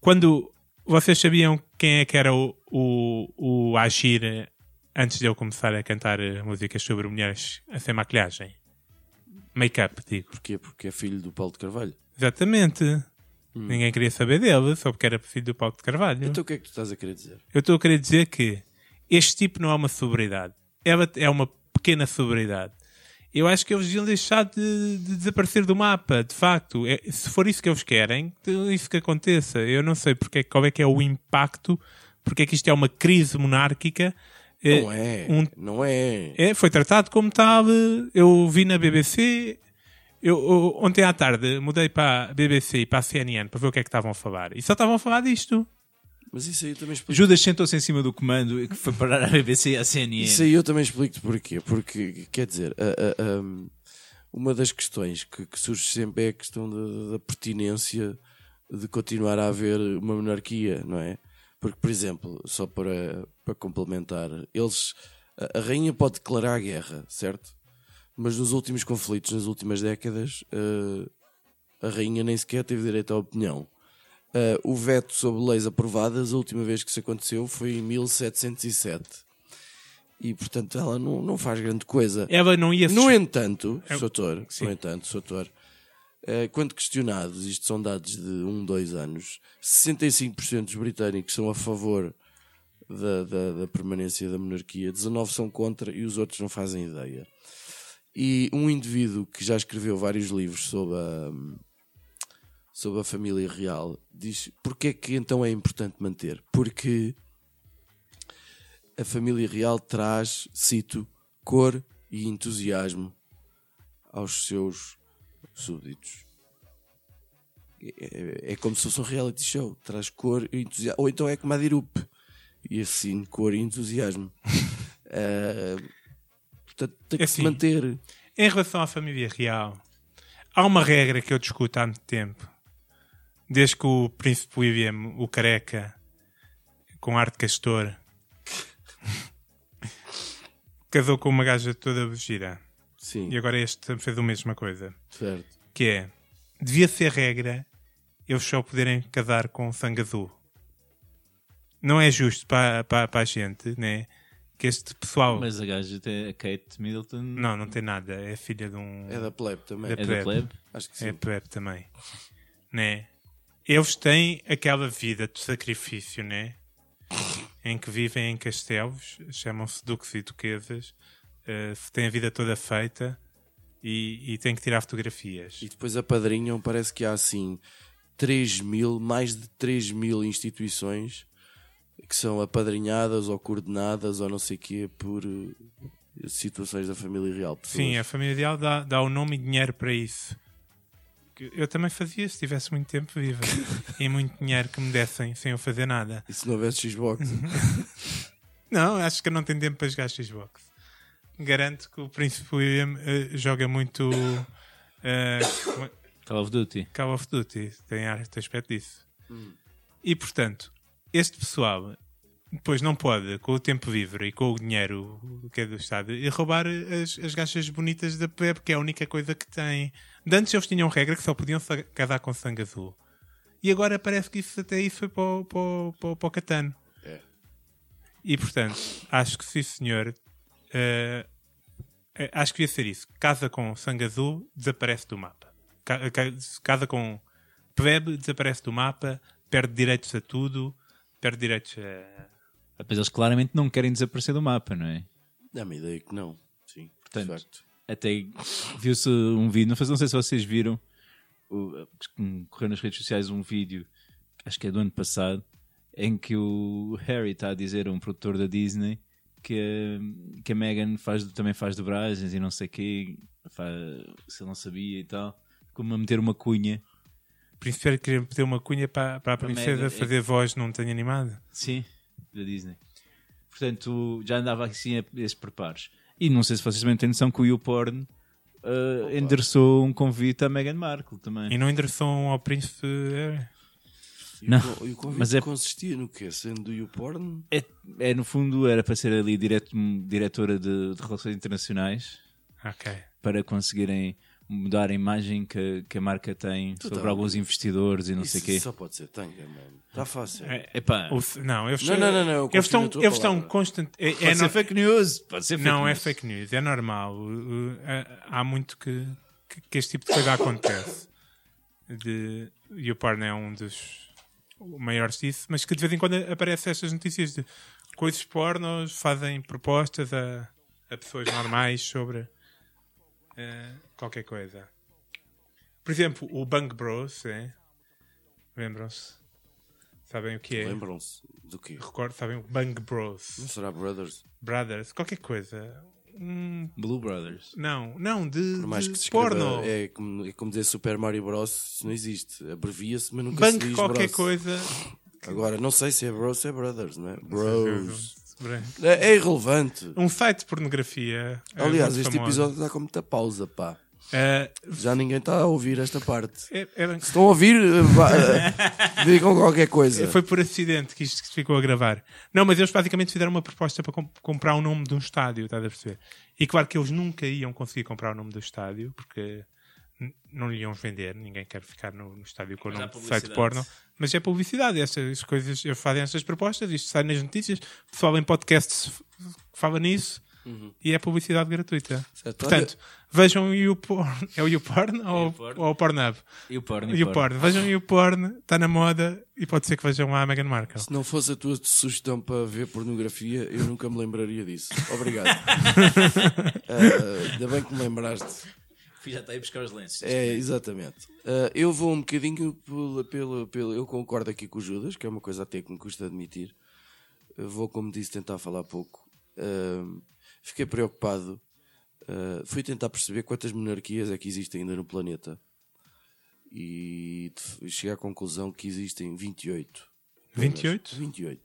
[SPEAKER 3] Quando vocês sabiam quem é que era o, o, o Ashir eh, antes de eu começar a cantar eh, músicas sobre mulheres a sem maquilhagem? Make-up, digo.
[SPEAKER 2] Porquê? Porque é filho do Paulo de Carvalho.
[SPEAKER 3] Hum? Exatamente. Ninguém queria saber dele, só porque era filho do Paulo de Carvalho.
[SPEAKER 2] Então o que é que tu estás a querer dizer?
[SPEAKER 3] Eu estou a querer dizer que este tipo não é uma celebridade. Ela é uma pequena celebridade. Eu acho que eles deviam deixar de, de desaparecer do mapa, de facto. É, se for isso que eles querem, que isso que aconteça. Eu não sei porque, é- qual é que é o impacto, porque é que isto é uma crise monárquica. É,
[SPEAKER 2] Não é,
[SPEAKER 3] um-
[SPEAKER 2] não é.
[SPEAKER 3] é, foi tratado como tal. Eu vi na BBC. Eu, eu- ontem à tarde mudei para a BBC e para a CNN para ver o que é que estavam a falar. E só estavam a falar disto.
[SPEAKER 2] Mas isso aí eu também explico.
[SPEAKER 4] Judas sentou-se em cima do comando e que foi parar à BBC e à CNN.
[SPEAKER 2] Isso aí eu também explico-te porquê. Porque, quer dizer, a- a- um, uma das questões que, que surge sempre é a questão da, da pertinência de continuar a haver uma monarquia, não é? Porque, por exemplo, só para, para complementar, eles. A, a rainha pode declarar a guerra, certo? Mas nos últimos conflitos, nas últimas décadas, eh, a rainha nem sequer teve direito à opinião. Eh, o veto sobre leis aprovadas, a última vez que isso aconteceu foi em 1707 e portanto ela não, não faz grande coisa.
[SPEAKER 3] Ela não ia se
[SPEAKER 2] No entanto,
[SPEAKER 3] Eu-
[SPEAKER 2] Soutor,
[SPEAKER 3] Sim.
[SPEAKER 2] no entanto, Soutor, eh, quando questionados, isto são dados de 1, 2 anos, 65% dos britânicos são a favor da, da, da permanência da monarquia, 19 são contra e os outros não fazem ideia. E um indivíduo que já escreveu vários livros sobre a, sobre a família real diz porque é que então é importante manter? Porque a família real traz, cito, cor e entusiasmo aos seus súbditos. É, é- é como se fosse um reality show, traz cor e entusiasmo. Ou então é como a Dirup, e assim, cor e entusiasmo. Ah, portanto, tem que
[SPEAKER 3] É
[SPEAKER 2] se
[SPEAKER 3] assim.
[SPEAKER 2] manter.
[SPEAKER 3] Em relação à família real, há uma regra que eu discuto há muito tempo. Desde que o príncipe William, o careca, com arte castor, [laughs] casou com uma gaja toda gira.
[SPEAKER 2] Sim,
[SPEAKER 3] E agora este fez a mesma coisa.
[SPEAKER 2] certo.
[SPEAKER 3] Que é, devia ser regra eles só poderem casar com sangue azul. Não é justo para, para, para a gente, né? Que este pessoal...
[SPEAKER 4] Mas a gaja, até a Kate Middleton,
[SPEAKER 3] Não, não tem nada. É filha de um...
[SPEAKER 2] É da plebe também.
[SPEAKER 3] É
[SPEAKER 4] é
[SPEAKER 3] plebe.
[SPEAKER 4] da plebe.
[SPEAKER 2] Acho que sim.
[SPEAKER 3] É prep também. Né? Eles têm aquela vida de sacrifício, né? Em que vivem em castelos, chamam-se duques e duquesas, eh, se têm a vida toda feita e, e têm que tirar fotografias.
[SPEAKER 2] E depois apadrinham, parece que há assim 3 mil, mais de 3 mil instituições que são apadrinhadas ou coordenadas ou não sei quê por eh, situações da família real. pessoas.
[SPEAKER 3] Sim, é. a família ideal dá, dá o nome e dinheiro para isso. Que Eu também fazia se tivesse muito tempo
[SPEAKER 2] [laughs]
[SPEAKER 3] viva e muito dinheiro que me dessem sem eu fazer nada.
[SPEAKER 2] E se não houvesse Xbox?
[SPEAKER 3] Não, acho que eu não tenho tempo para jogar Xbox. Garanto que o Príncipe William eh, joga muito eh,
[SPEAKER 4] Call of Duty.
[SPEAKER 3] Call of Duty. Tem este aspecto disso. E portanto, este pessoal depois não pode, com o tempo livre e com o dinheiro que é do Estado, ir roubar as, as gajas bonitas da PEP, que é a única coisa que tem. De antes eles tinham regra que só podiam sa- casar com sangue azul. E agora parece que isso até isso foi para o, para o- para o- para o Catano.
[SPEAKER 2] É.
[SPEAKER 3] E portanto, acho que sim, senhor. eh, eh, acho que ia ser isso. Casa com sangue azul, desaparece do mapa. Ca- ca- Casa com plebe, desaparece do mapa, perde direitos a tudo, perde direitos a.
[SPEAKER 4] Mas eles claramente não querem desaparecer do mapa, não é?
[SPEAKER 2] Dá-me ideia que não. Sim,
[SPEAKER 4] Portanto,
[SPEAKER 2] de facto.
[SPEAKER 4] Até viu-se um vídeo, não, sei- não sei se vocês viram, o- que correu nas redes sociais um vídeo, acho que é do ano passado, em que o Harry está a dizer a um produtor da Disney que, a- que a Meghan faz, também faz dobragens e não sei o quê, faz, se ele não sabia e tal, como a meter uma cunha.
[SPEAKER 3] O príncipe Harry queria meter uma cunha para, para a princesa
[SPEAKER 4] Meghan, é.
[SPEAKER 3] fazer voz num desenho animado.
[SPEAKER 4] Sim, da Disney. Portanto, já andava assim a esses preparos. E não sei se vocês também têm noção que o YouPorn eh, endereçou um convite à Meghan Markle também.
[SPEAKER 3] E não endereçou ao príncipe Harry.
[SPEAKER 2] E
[SPEAKER 4] não,
[SPEAKER 2] o, co- e o convite
[SPEAKER 4] mas é-
[SPEAKER 2] consistia no quê? Sendo o porn?
[SPEAKER 4] É, é, no fundo, era para ser ali direto- diretora de, de Relações Internacionais
[SPEAKER 2] Ah.
[SPEAKER 3] Ok.
[SPEAKER 4] para conseguirem mudar a imagem que, que a marca tem sobre
[SPEAKER 2] Totalmente.
[SPEAKER 4] alguns investidores e não sei
[SPEAKER 2] Isso
[SPEAKER 4] o quê.
[SPEAKER 2] só pode ser tanga, mano. Está fácil.
[SPEAKER 3] É,
[SPEAKER 4] Epá,
[SPEAKER 3] Ou se- não, eles,
[SPEAKER 2] Não, não, não, não, eu confio
[SPEAKER 3] eles estão,
[SPEAKER 2] na tua
[SPEAKER 3] eles estão
[SPEAKER 2] palavra.
[SPEAKER 3] constante. É, é
[SPEAKER 4] pode ser
[SPEAKER 3] no-
[SPEAKER 4] fake news. Pode ser fake
[SPEAKER 3] não
[SPEAKER 4] news.
[SPEAKER 3] é fake news, é normal. O- o- há- Há muito que, que, que este tipo de coisa acontece. De, e o Parna é um dos maiores disso, mas que de vez em quando aparecem estas notícias de coisas pornos, fazem propostas a, a pessoas normais sobre eh, qualquer coisa. Por exemplo, o Bang Bros, é? lembram-se? Sabem o que é?
[SPEAKER 2] Lembram-se do quê?
[SPEAKER 3] Recordo, sabem o Bang
[SPEAKER 2] Não
[SPEAKER 3] Bros,
[SPEAKER 2] será Brothers?
[SPEAKER 3] Brothers, qualquer coisa. Um
[SPEAKER 4] Blue Brothers.
[SPEAKER 3] não, não, de,
[SPEAKER 2] Por mais
[SPEAKER 3] de
[SPEAKER 2] que se escreva,
[SPEAKER 3] porno.
[SPEAKER 2] é como, é como dizer Super Mario Bros. Isso não existe. Abrevia-se, mas nunca se
[SPEAKER 3] Banco
[SPEAKER 2] diz
[SPEAKER 3] qualquer
[SPEAKER 2] Bros.
[SPEAKER 3] coisa.
[SPEAKER 2] Agora, não sei se é Bros ou é Brothers, não é? Bros.
[SPEAKER 3] Branco.
[SPEAKER 2] É, é irrelevante.
[SPEAKER 3] Um site de pornografia. é,
[SPEAKER 2] Aliás,
[SPEAKER 3] muito
[SPEAKER 2] este
[SPEAKER 3] famoso.
[SPEAKER 2] episódio está com muita pausa, pá.
[SPEAKER 3] É,
[SPEAKER 2] Já ninguém está a ouvir esta parte.
[SPEAKER 3] é- era-
[SPEAKER 2] Se estão a ouvir, eh, vá,
[SPEAKER 3] [laughs]
[SPEAKER 2] eh, digam qualquer coisa.
[SPEAKER 3] foi por acidente que isto ficou a gravar. Não, mas eles basicamente fizeram uma proposta para comp- comprar o nome de um estádio, estás a perceber? E claro que eles nunca iam conseguir comprar o nome do estádio, porque n- não lhe iam vender, ninguém quer ficar no, no estádio com o
[SPEAKER 4] Mas
[SPEAKER 3] nome
[SPEAKER 4] há
[SPEAKER 3] de site
[SPEAKER 4] publicidade.
[SPEAKER 3] porno. Mas é publicidade, essas coisas, eles fazem estas propostas, isto sai nas notícias, o pessoal em podcasts f- fala nisso e é publicidade gratuita.
[SPEAKER 2] Certo,
[SPEAKER 3] Portanto, vejam o YouPorn, é o YouPorn ou,
[SPEAKER 4] YouPorn.
[SPEAKER 3] ou o Pornhub?
[SPEAKER 4] E o porno.
[SPEAKER 3] YouPorn. Vejam o YouPorn, está na moda e pode ser que vejam lá a Meghan Markle.
[SPEAKER 2] Se não fosse a tua sugestão para ver pornografia, eu nunca me lembraria disso.
[SPEAKER 3] [laughs]
[SPEAKER 2] Obrigado. Eh, Ainda bem que me lembraste.
[SPEAKER 4] Já está aí buscar os lenços. [laughs]
[SPEAKER 2] É, exatamente. Ah, eu vou um bocadinho pelo, pelo, pelo- Eu concordo aqui com o Judas, que é uma coisa até que me custa admitir. Eu vou, como disse, tentar falar pouco. Ahm, fiquei preocupado. Ah, fui tentar perceber quantas monarquias é que existem ainda no planeta. E de- cheguei à conclusão que existem 28.
[SPEAKER 3] 28?
[SPEAKER 2] 28.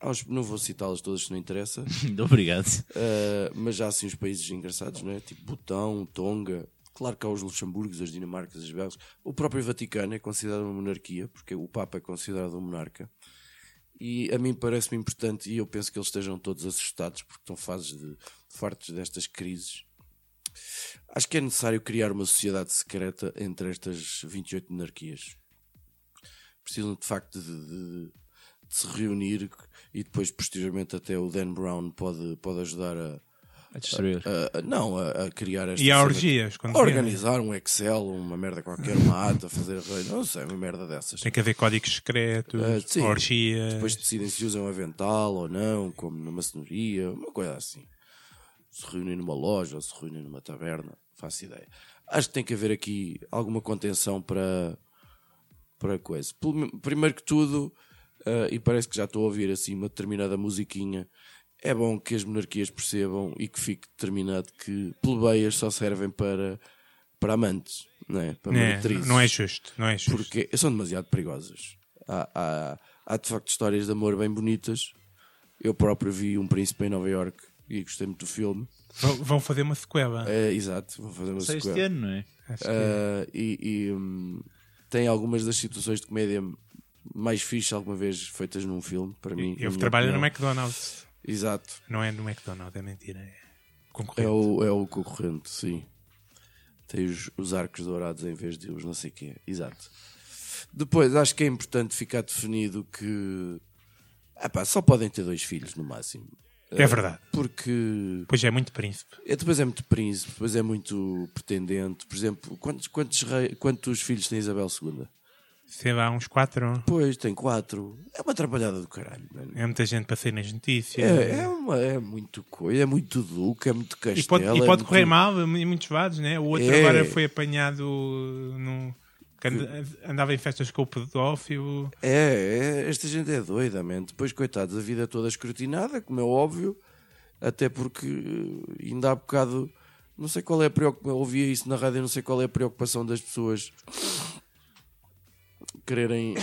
[SPEAKER 2] Há uns- Não vou citá-las todas, se não interessa.
[SPEAKER 4] Obrigado.
[SPEAKER 2] Uh, mas há assim uns países engraçados, não é? Tipo Butão, Tonga. Claro que há os Luxemburgos, as Dinamarcas, as Belgas. O próprio Vaticano é considerado uma monarquia, porque o Papa é considerado um monarca. E a mim parece-me importante, e eu penso que eles estejam todos assustados, porque estão fases de, fartos destas crises. Acho que é necessário criar uma sociedade secreta entre estas 28 monarquias. Precisam de facto de- de- de de se reunir e depois posteriormente até o Dan Brown pode, pode ajudar a,
[SPEAKER 4] A destruir.
[SPEAKER 2] a- a- não a, a criar esta
[SPEAKER 3] E há
[SPEAKER 2] cena.
[SPEAKER 3] orgias. Quando
[SPEAKER 2] a organizar um Excel, uma merda qualquer, uma ata, fazer não sei, uma merda dessas.
[SPEAKER 3] Tem que haver códigos secretos,
[SPEAKER 2] Ah, sim.
[SPEAKER 3] orgias.
[SPEAKER 2] Depois decidem se usam avental ou não, como na maçonaria, uma coisa assim. Se reúnem numa loja ou se reúnem numa taberna, faço ideia. Acho que tem que haver aqui alguma contenção para, para a coisa. Pelo- Primeiro que tudo, ah, e parece que já estou a ouvir assim uma determinada musiquinha, é bom que as monarquias percebam e que fique determinado que plebeias só servem para, para amantes, não é? Para
[SPEAKER 3] Né,
[SPEAKER 2] meretrizes
[SPEAKER 3] não é justo, não é justo.
[SPEAKER 2] porque são demasiado perigosas. Há, há, há de facto histórias de amor bem bonitas. Eu próprio vi um príncipe em Nova York e gostei muito do filme.
[SPEAKER 3] Vão- Vão fazer uma sequela.
[SPEAKER 2] É, exato, vou fazer uma
[SPEAKER 4] Só este
[SPEAKER 2] sequela.
[SPEAKER 4] ano, não é?
[SPEAKER 3] Acho que-
[SPEAKER 2] Ah, e e, hum, tem algumas das situações de comédia mais fixe alguma vez feitas num filme, para mim. na
[SPEAKER 3] Eu
[SPEAKER 2] minha
[SPEAKER 3] trabalho no
[SPEAKER 2] opinião.
[SPEAKER 3] McDonald's.
[SPEAKER 2] Exato.
[SPEAKER 3] Não é no McDonald's, é mentira. É
[SPEAKER 2] É
[SPEAKER 3] concorrente.
[SPEAKER 2] o, é o concorrente, sim. Tem os, os arcos dourados em vez de os não sei o quê. Exato. Depois, acho que é importante ficar definido que... Ah pá, só podem ter dois filhos, no máximo.
[SPEAKER 3] É verdade.
[SPEAKER 2] Porque...
[SPEAKER 3] Pois é, muito príncipe.
[SPEAKER 2] É, depois é muito príncipe, depois é muito pretendente. Por exemplo, quantos, quantos, rei- quantos filhos tem Isabel II?
[SPEAKER 3] Sei lá, uns quatro.
[SPEAKER 2] Pois, tem quatro. É uma atrapalhada do caralho, mano.
[SPEAKER 3] É muita gente para sair nas notícias.
[SPEAKER 2] É, é, uma, é muito coisa, é muito duque, é muito castelo.
[SPEAKER 3] e pode, e
[SPEAKER 2] é
[SPEAKER 3] pode
[SPEAKER 2] muito-
[SPEAKER 3] correr mal em muitos lados, né? O outro
[SPEAKER 2] É.
[SPEAKER 3] agora foi apanhado no. que and- Andava em festas com o pedófilo.
[SPEAKER 2] É, é, esta gente é doida, man. Depois, coitados, a vida é toda escrutinada, como é óbvio, até porque eh, ainda há bocado, não sei qual é a preocupação, ouvia isso na rádio, não sei qual é a preocupação das pessoas quererem.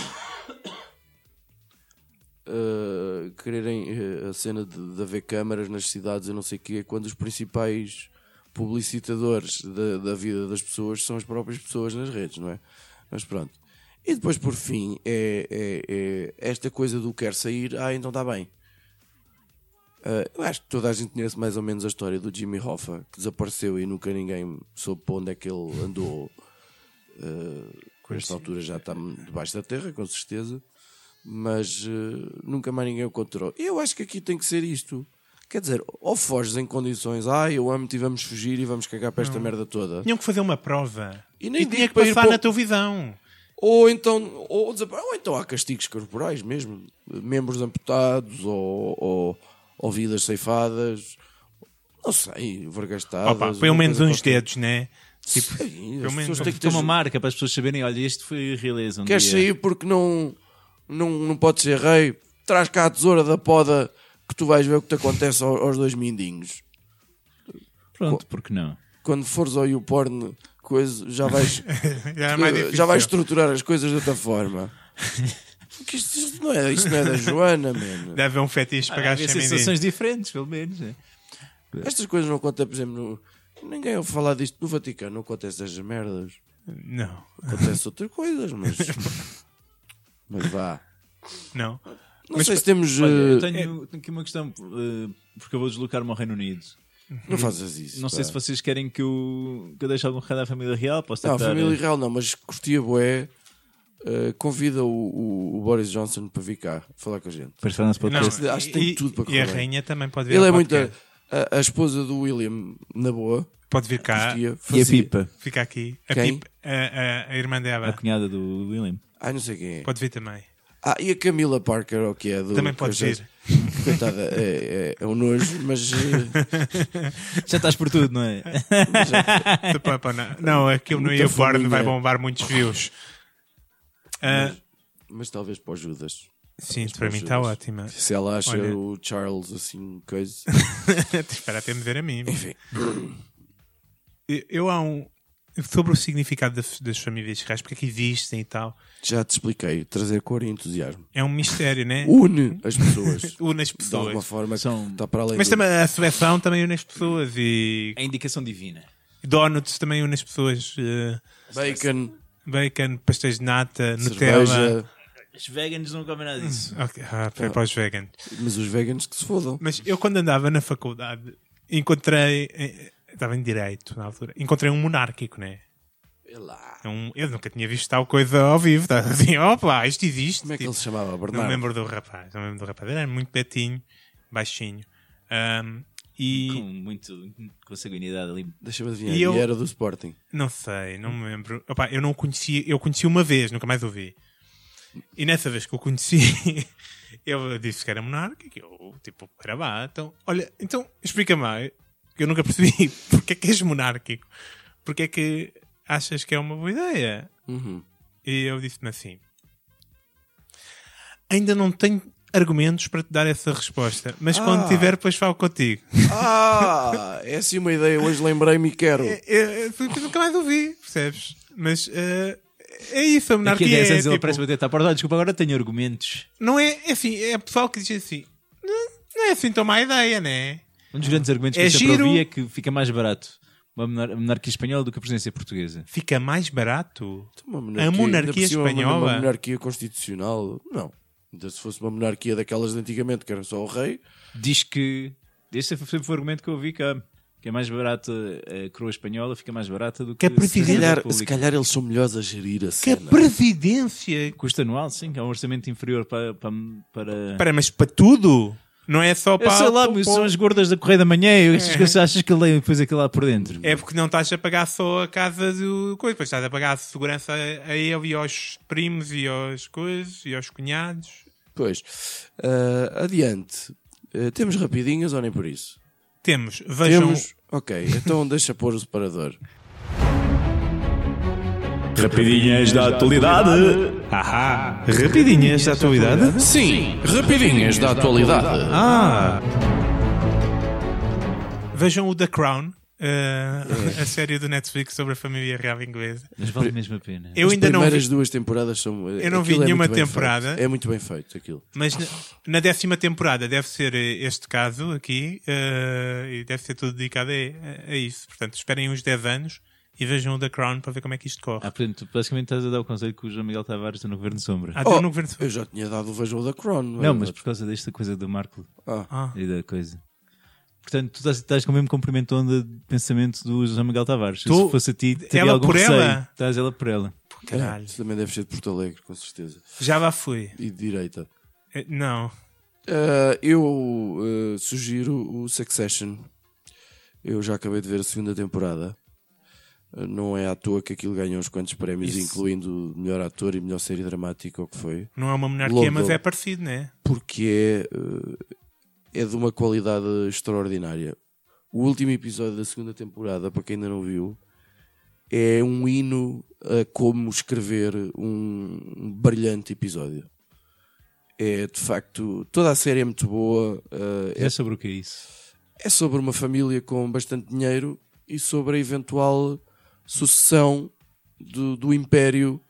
[SPEAKER 2] eh, quererem eh, a cena de, de haver câmaras nas cidades e não sei o quê, quando os principais publicitadores da, da vida das pessoas são as próprias pessoas nas redes, não é? Mas pronto. E depois, por tá fim, é, é- é esta coisa do quer sair, ah, então está bem. Ah, eu acho que toda a gente conhece mais ou menos a história do Jimmy Hoffa, que desapareceu e nunca ninguém soube para onde é que ele andou. com esta altura já está debaixo da terra, com certeza, mas eh, nunca mais ninguém o encontrou. Eu acho que aqui tem que ser isto. Quer dizer, ou foges em condições, ai eu amo-te e vamos fugir e vamos cagar para esta merda toda.
[SPEAKER 3] Tinham que fazer uma prova.
[SPEAKER 2] E nem digo
[SPEAKER 3] tinha que
[SPEAKER 2] para ir
[SPEAKER 3] passar
[SPEAKER 2] para o-
[SPEAKER 3] na televisão.
[SPEAKER 2] Ou então, ou, desapa- ou então há castigos corporais mesmo, membros amputados ou, ou, ou vidas ceifadas, não sei, vergastadas.
[SPEAKER 3] Opa, pelo menos
[SPEAKER 2] Ah, coisa
[SPEAKER 3] uns
[SPEAKER 2] qualquer.
[SPEAKER 3] dedos, né? Tipo,
[SPEAKER 2] Sim, as
[SPEAKER 3] [laughs] pelo menos-
[SPEAKER 2] pessoas têm que ter
[SPEAKER 4] Tem é uma marca para as pessoas saberem, olha, este foi realeza um
[SPEAKER 2] Queres
[SPEAKER 4] dia.
[SPEAKER 2] sair porque não, não, não podes ser rei? Traz cá a tesoura da poda que tu vais ver o que te acontece ao- aos, dois mindinhos.
[SPEAKER 4] Pronto, porque não?
[SPEAKER 2] Quando fores ao YouPorn, coisa, já vais, eh,
[SPEAKER 3] já [laughs] é mais difícil.
[SPEAKER 2] já vais estruturar as coisas de outra forma. Porque isto, isto não é, isto não é da Joana, mano.
[SPEAKER 3] Deve haver um fetiche
[SPEAKER 2] Ah,
[SPEAKER 3] para
[SPEAKER 4] Há
[SPEAKER 3] gajos femininos.
[SPEAKER 4] sensações diferentes, pelo menos. né?
[SPEAKER 2] Estas coisas não acontecem, por exemplo, no- ninguém ouve falar disto no Vaticano, não acontece estas merdas.
[SPEAKER 3] Não,
[SPEAKER 2] Acontece outras coisas, mas. mas vá.
[SPEAKER 3] não.
[SPEAKER 2] Não
[SPEAKER 3] Mas
[SPEAKER 2] sei se temos.
[SPEAKER 4] Olha, eu
[SPEAKER 2] eh,
[SPEAKER 4] tenho, tenho aqui uma questão, eh, porque eu vou deslocar-me ao Reino Unido.
[SPEAKER 2] Não faças isso.
[SPEAKER 4] um Não sei
[SPEAKER 2] pá.
[SPEAKER 4] se vocês querem que eu, que eu deixe algum recado à família real. Posso
[SPEAKER 2] Não, a
[SPEAKER 4] tentar,
[SPEAKER 2] família
[SPEAKER 4] eh,
[SPEAKER 2] real não, mas curtia Boé convida o, o- o Boris Johnson para vir cá falar com a gente.
[SPEAKER 4] Para estar nesse
[SPEAKER 3] não.
[SPEAKER 4] eh, podcast.
[SPEAKER 2] acho que tem
[SPEAKER 3] e,
[SPEAKER 2] tudo para
[SPEAKER 3] E a
[SPEAKER 2] correr bem.
[SPEAKER 3] rainha também pode vir
[SPEAKER 2] Ele
[SPEAKER 3] ao
[SPEAKER 2] é muito.
[SPEAKER 3] podcast.
[SPEAKER 2] A, a esposa do William, na boa,
[SPEAKER 3] Pode vir cá,
[SPEAKER 2] curtia.
[SPEAKER 4] Ah, E
[SPEAKER 2] fazia-
[SPEAKER 4] a Pipa,
[SPEAKER 3] fica aqui. A,
[SPEAKER 2] Quem?
[SPEAKER 3] Pip- a- a- a irmã
[SPEAKER 4] a
[SPEAKER 3] dela
[SPEAKER 4] cunhada do William.
[SPEAKER 2] Ai, não sei quem é.
[SPEAKER 3] pode vir também.
[SPEAKER 2] Ah, e a Camila Parker, o que é? Do,
[SPEAKER 3] Também pode
[SPEAKER 2] que-
[SPEAKER 3] vir.
[SPEAKER 2] [laughs] Coitada, é, é, é um nojo, mas. eh,
[SPEAKER 4] Já estás por tudo, não é?
[SPEAKER 3] Pá, pá, não. Não, aquilo no
[SPEAKER 2] Muita
[SPEAKER 3] YouPorn
[SPEAKER 2] família.
[SPEAKER 3] vai bombar muitos views. Ah,
[SPEAKER 2] mas talvez para o Judas.
[SPEAKER 3] sim, para mim está
[SPEAKER 2] pessoas. [laughs]
[SPEAKER 3] ótima.
[SPEAKER 2] Se ela acha
[SPEAKER 3] Olha.
[SPEAKER 2] o Charles assim,
[SPEAKER 3] [laughs]
[SPEAKER 2] coisa.
[SPEAKER 3] Espera até me ver a mim.
[SPEAKER 2] Enfim.
[SPEAKER 3] Eu, eu há um. Sobre o significado das, das famílias reais, porque é que existem e tal,
[SPEAKER 2] Já te expliquei. Trazer cor e entusiasmo.
[SPEAKER 3] é um mistério, né?
[SPEAKER 2] Uh! Une as
[SPEAKER 3] [laughs]
[SPEAKER 2] pessoas.
[SPEAKER 3] Une as
[SPEAKER 2] De alguma
[SPEAKER 3] pessoas.
[SPEAKER 2] forma que
[SPEAKER 4] São-
[SPEAKER 2] está para além
[SPEAKER 3] Mas
[SPEAKER 2] do-
[SPEAKER 3] também a seleção também une as pessoas e
[SPEAKER 4] A indicação divina.
[SPEAKER 3] donuts também une as pessoas. eh,
[SPEAKER 2] Bacon,
[SPEAKER 3] bacon, pastéis de nata, Nutella.
[SPEAKER 2] cerveja,
[SPEAKER 4] Os veganos não comem nada disso.
[SPEAKER 3] Ok, ah, foi para os veganos.
[SPEAKER 2] mas os veganos que se fodam.
[SPEAKER 3] Mas eu quando andava na faculdade encontrei. eh, Estava em direito na altura. Encontrei um monárquico, né?
[SPEAKER 2] Vê lá.
[SPEAKER 3] É um- eu nunca tinha visto tal coisa ao vivo. Tá? [laughs] Assim, opa, isto existe.
[SPEAKER 2] Como é que
[SPEAKER 3] Tipo,
[SPEAKER 2] ele se chamava?
[SPEAKER 3] não me
[SPEAKER 2] Bernardo?
[SPEAKER 3] lembro do rapaz. Não me lembro do rapaz. Ele era muito betinho, baixinho. Ahm,
[SPEAKER 4] Com
[SPEAKER 3] e
[SPEAKER 4] muito com sanguinidade ali.
[SPEAKER 2] Deixa-me adivinhar.
[SPEAKER 3] E
[SPEAKER 2] E,
[SPEAKER 3] eu-
[SPEAKER 2] era do Sporting.
[SPEAKER 3] não sei, não me lembro. Opa, eu não o conheci, eu o conheci uma vez, nunca mais ouvi. E nessa vez que o conheci, [laughs] ele disse que era monarca, que eu, tipo, era vá. Então, olha, então explica-me lá, que eu nunca percebi [laughs] porque é que és monárquico, porque é que achas que é uma boa ideia.
[SPEAKER 2] Uhum.
[SPEAKER 3] E eu disse-me assim: Ainda não tenho argumentos para te dar essa resposta, mas quando tiver, depois falo contigo.
[SPEAKER 2] Ah, é assim uma ideia. Hoje lembrei-me e quero.
[SPEAKER 3] É, é, Foi o que nunca mais ouvi, percebes? Mas eh, é isso, a
[SPEAKER 4] Daqui
[SPEAKER 3] monarquia.
[SPEAKER 4] a 10
[SPEAKER 3] É,
[SPEAKER 4] anos
[SPEAKER 3] tipo,
[SPEAKER 4] ele aparece bater à porta. Olha, desculpa, agora tenho argumentos.
[SPEAKER 3] Não é, é assim, é pessoal que diz assim: Não, não é assim tão má ideia, né?
[SPEAKER 4] Um dos grandes argumentos que
[SPEAKER 3] É
[SPEAKER 4] eu sempre
[SPEAKER 3] giro.
[SPEAKER 4] ouvi é que fica mais barato uma monar- a monarquia espanhola do que a presidência portuguesa.
[SPEAKER 3] Fica mais barato.
[SPEAKER 2] Uma monarquia,
[SPEAKER 3] A monarquia
[SPEAKER 2] ainda por cima,
[SPEAKER 3] espanhola?
[SPEAKER 2] Uma monarquia constitucional. Não. Então, se fosse uma monarquia daquelas de antigamente, que era só o rei,
[SPEAKER 4] Diz que. Este foi- sempre foi o argumento que eu ouvi cá. Que é mais barata a coroa espanhola, fica mais barata do que,
[SPEAKER 3] Que a
[SPEAKER 2] se
[SPEAKER 3] presidência-
[SPEAKER 2] calhar,
[SPEAKER 4] a República.
[SPEAKER 2] se calhar eles são melhores a gerir a
[SPEAKER 3] Que a
[SPEAKER 2] cena.
[SPEAKER 3] presidência.
[SPEAKER 4] Custo anual, sim, é um orçamento inferior para. para, para...
[SPEAKER 3] Espera, mas para tudo? Não é só para.
[SPEAKER 4] Eu sei lá,
[SPEAKER 3] para-
[SPEAKER 4] meu, são as gordas da Correia da Manhã. eu- Estas coisas achas que leio depois aquilo lá por dentro.
[SPEAKER 3] É porque não estás a pagar só a casa do coisa, pois estás a pagar a segurança a ele e aos primos e aos coisas e aos cunhados.
[SPEAKER 2] Pois. Ah, adiante. Ah, temos rapidinhas ou nem por isso?
[SPEAKER 3] Temos, vejam.
[SPEAKER 2] Temos. Ok, então deixa pôr o separador.
[SPEAKER 5] Rapidinhas da atualidade.
[SPEAKER 3] Ahá, rapidinhas
[SPEAKER 2] é
[SPEAKER 4] é
[SPEAKER 3] da atualidade.
[SPEAKER 2] Sim, rapidinhas da atualidade.
[SPEAKER 3] Ah!
[SPEAKER 2] Uhum.
[SPEAKER 3] Vejam o The Crown, eh,
[SPEAKER 2] É.
[SPEAKER 3] a série do Netflix sobre a família real inglesa.
[SPEAKER 4] Mas vale mesmo a pena.
[SPEAKER 3] Eu
[SPEAKER 2] As
[SPEAKER 3] ainda não
[SPEAKER 2] primeiras
[SPEAKER 3] vi,
[SPEAKER 2] duas temporadas são.
[SPEAKER 3] Eu não vi
[SPEAKER 2] aquilo é
[SPEAKER 3] nenhuma
[SPEAKER 2] muito bem
[SPEAKER 3] temporada.
[SPEAKER 2] feito. É muito bem feito aquilo.
[SPEAKER 3] mas na, na décima temporada deve ser este caso aqui eh, e deve ser tudo dedicado a, a isso. Portanto, esperem uns 10 anos e vejam o The Crown para ver como é que isto corre.
[SPEAKER 4] Ah, portanto, tu basicamente estás a dar o conselho que o João Miguel Tavares está no Governo de Sombra.
[SPEAKER 3] Ah,
[SPEAKER 2] Oh,
[SPEAKER 3] no governo...
[SPEAKER 2] Eu já tinha dado o vejam da Crown. é?
[SPEAKER 4] não, mas por causa desta coisa do Marco
[SPEAKER 2] Ah,
[SPEAKER 3] Ah,
[SPEAKER 4] e da coisa. Portanto, tu estás, estás com o mesmo comprimento de onda de pensamento do João Miguel Tavares.
[SPEAKER 3] Tu-
[SPEAKER 4] Se fosse a ti, teria
[SPEAKER 3] ela
[SPEAKER 4] algum
[SPEAKER 3] por
[SPEAKER 4] receio.
[SPEAKER 3] ela?
[SPEAKER 4] Estás ela por ela.
[SPEAKER 3] caralho.
[SPEAKER 2] caralho. Isso também deve ser de Porto Alegre, com certeza.
[SPEAKER 3] já lá fui.
[SPEAKER 2] E de direita.
[SPEAKER 3] Eh, Não.
[SPEAKER 2] Ah, eu ah, sugiro o Succession. Eu já acabei de ver a segunda temporada. Ah, Não é à toa que aquilo ganhou uns quantos prémios,
[SPEAKER 3] Isso.
[SPEAKER 2] incluindo melhor ator e melhor série dramática, ou o que foi.
[SPEAKER 3] Não é uma monarquia,
[SPEAKER 2] Logo.
[SPEAKER 3] mas é parecido, né?
[SPEAKER 2] porque é, eh, é de uma qualidade extraordinária. O último episódio da segunda temporada, para quem ainda não viu, é um hino a como escrever um brilhante episódio. É de facto, toda a série é muito boa. eh,
[SPEAKER 4] É sobre o que é isso?
[SPEAKER 2] é sobre uma família com bastante dinheiro e sobre a eventual sucessão do, do império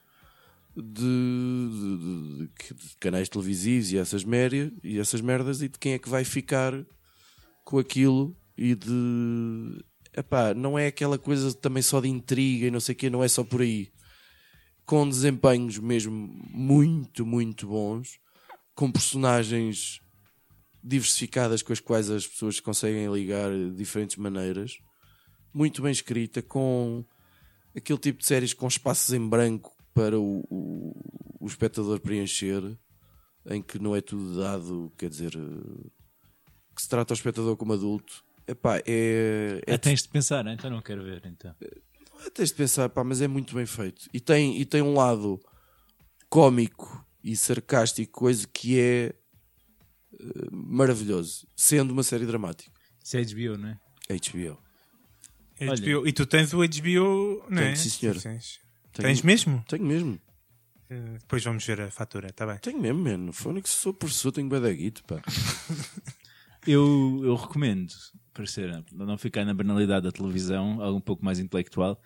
[SPEAKER 2] de, de- de- de canais televisivos e essas, méria, e essas merdas e de quem é que vai ficar com aquilo e de... Epá, não é aquela coisa também só de intriga e não sei o quê, não é só por aí. Com desempenhos mesmo muito, muito bons, com personagens diversificadas com as quais as pessoas conseguem ligar de diferentes maneiras. Muito bem escrita, com aquele tipo de séries com espaços em branco para o, o, o espectador preencher, em que não é tudo dado, quer dizer, eh, que se trata o espectador como adulto. Epá, é, é
[SPEAKER 4] Ah, tens de pensar, ah, então não quero ver. Então.
[SPEAKER 2] Tens de pensar, pá, mas é muito bem feito. E tem, e tem um lado cómico e sarcástico, coisa que é eh, maravilhoso, sendo uma série dramática.
[SPEAKER 4] Isso é HBO, não é?
[SPEAKER 2] HBO.
[SPEAKER 4] Olha.
[SPEAKER 3] HBO. E tu tens o HBO, né?
[SPEAKER 2] Tenho, sim, senhor.
[SPEAKER 3] Tens,
[SPEAKER 2] Tenho-
[SPEAKER 3] tens mesmo?
[SPEAKER 2] Tenho mesmo,
[SPEAKER 3] Eh, Depois vamos ver a fatura, está bem.
[SPEAKER 2] tenho mesmo, mano. Fone que sou professor, tenho badaguito, pá.
[SPEAKER 4] Eu, eu recomendo, para ser, para não ficar na banalidade da televisão, algo um pouco mais intelectual,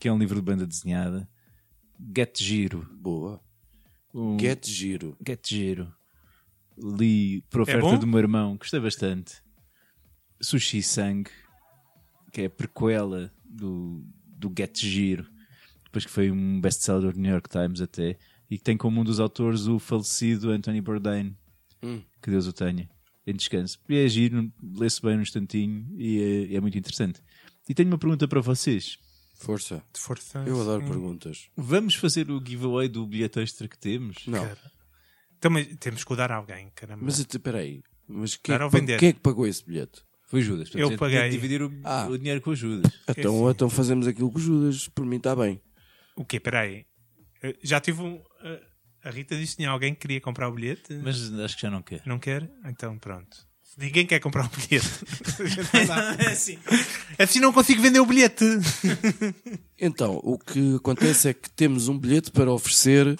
[SPEAKER 4] que é um livro de banda desenhada, Get Giro.
[SPEAKER 2] Boa.
[SPEAKER 4] Um-
[SPEAKER 2] Get Giro.
[SPEAKER 4] Get Giro. Li por oferta
[SPEAKER 3] É bom?
[SPEAKER 4] do meu irmão, gostei bastante. Sushi Sang, que é a prequela do, do Get Giro, depois que foi um best-seller do New York Times até, e que tem como um dos autores o falecido Anthony Bourdain, que Deus o tenha, em descanso. E é giro, lê-se bem um instantinho e é, é muito interessante. E tenho uma pergunta para vocês.
[SPEAKER 2] Força.
[SPEAKER 3] De força.
[SPEAKER 2] Eu adoro
[SPEAKER 3] sim.
[SPEAKER 2] perguntas.
[SPEAKER 4] Vamos fazer o giveaway do bilhete extra que temos?
[SPEAKER 2] Não,
[SPEAKER 3] Cara. Então, mas temos que o dar a alguém, caramba.
[SPEAKER 2] mas até- peraí. Mas quem é,
[SPEAKER 3] Dar
[SPEAKER 2] que
[SPEAKER 3] ou
[SPEAKER 2] pa-
[SPEAKER 3] vender? é
[SPEAKER 2] quem é que pagou esse bilhete?
[SPEAKER 4] Foi o Judas. portanto,
[SPEAKER 3] Eu
[SPEAKER 4] tem que
[SPEAKER 3] paguei.
[SPEAKER 4] Dividir o,
[SPEAKER 2] Ah.
[SPEAKER 4] o dinheiro com o Judas.
[SPEAKER 2] Então, então fazemos aquilo que o Judas, por mim está bem.
[SPEAKER 3] O quê? Peraí. Eh, Já tive um. eh, A Rita disse que tinha alguém que queria comprar o bilhete.
[SPEAKER 4] Mas acho que já não quer.
[SPEAKER 3] Não quer? Então pronto. Ninguém quer comprar o
[SPEAKER 2] [laughs]
[SPEAKER 3] bilhete. assim. assim não consigo vender o bilhete.
[SPEAKER 2] Então, o que acontece é que temos um bilhete para oferecer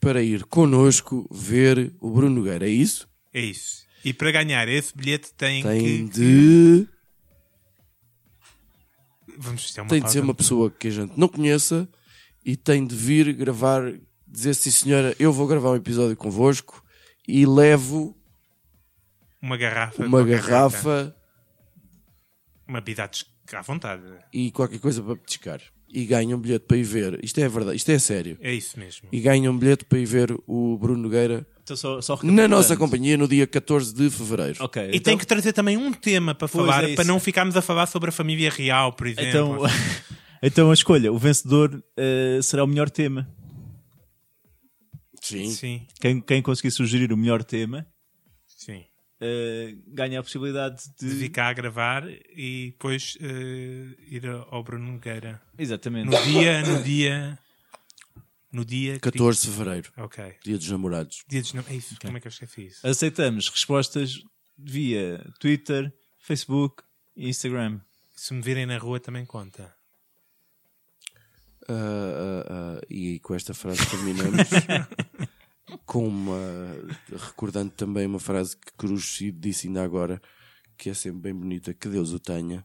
[SPEAKER 2] para ir connosco ver o Bruno Nogueira, é isso?
[SPEAKER 3] É isso. E para ganhar esse bilhete tem,
[SPEAKER 2] Tem
[SPEAKER 3] que.
[SPEAKER 2] de,
[SPEAKER 3] Vamos fazer uma
[SPEAKER 2] tem de
[SPEAKER 3] pausa.
[SPEAKER 2] ser uma pessoa que a gente não conheça e tem de vir gravar, dizer sim senhora, eu vou gravar um episódio convosco e levo
[SPEAKER 3] Uma garrafa.
[SPEAKER 2] uma
[SPEAKER 3] qualquer coisa.
[SPEAKER 2] garrafa
[SPEAKER 3] Uma bebida à vontade.
[SPEAKER 2] e qualquer coisa para petiscar. E ganho um bilhete para ir ver. Isto é verdade, isto é sério.
[SPEAKER 3] É isso mesmo.
[SPEAKER 2] E ganho um bilhete para ir ver o Bruno Nogueira
[SPEAKER 4] Então só, só
[SPEAKER 2] na
[SPEAKER 4] recapitulando.
[SPEAKER 2] nossa companhia no dia 14 de fevereiro.
[SPEAKER 4] Ok. então,
[SPEAKER 3] E tem que trazer também um tema para
[SPEAKER 4] Pois,
[SPEAKER 3] falar,
[SPEAKER 4] é isso.
[SPEAKER 3] para não ficarmos a falar sobre a família real, por exemplo.
[SPEAKER 4] Então,
[SPEAKER 2] [laughs]
[SPEAKER 4] [laughs] então a escolha, o vencedor eh, será o melhor tema.
[SPEAKER 2] Sim.
[SPEAKER 3] Sim,
[SPEAKER 4] Quem, quem conseguir sugerir o melhor tema
[SPEAKER 3] sim.
[SPEAKER 4] eh, ganha a possibilidade de.
[SPEAKER 3] De vir cá a gravar e depois eh, ir ao Bruno Nogueira.
[SPEAKER 4] Exatamente.
[SPEAKER 3] No dia, no dia. No dia. que-
[SPEAKER 2] 14 de fevereiro,
[SPEAKER 3] Ok.
[SPEAKER 2] dia dos namorados.
[SPEAKER 3] Dia dos namorados. É isso. Como é que eu esqueci isso?
[SPEAKER 4] Aceitamos respostas via Twitter, Facebook e Instagram.
[SPEAKER 3] Se me virem na rua também conta.
[SPEAKER 2] Ah, ah, ah, e com esta frase [laughs] terminamos com uma recordando também uma frase que Cruz Cid disse ainda agora que é sempre bem bonita que Deus o tenha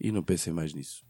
[SPEAKER 2] e não pensem mais nisso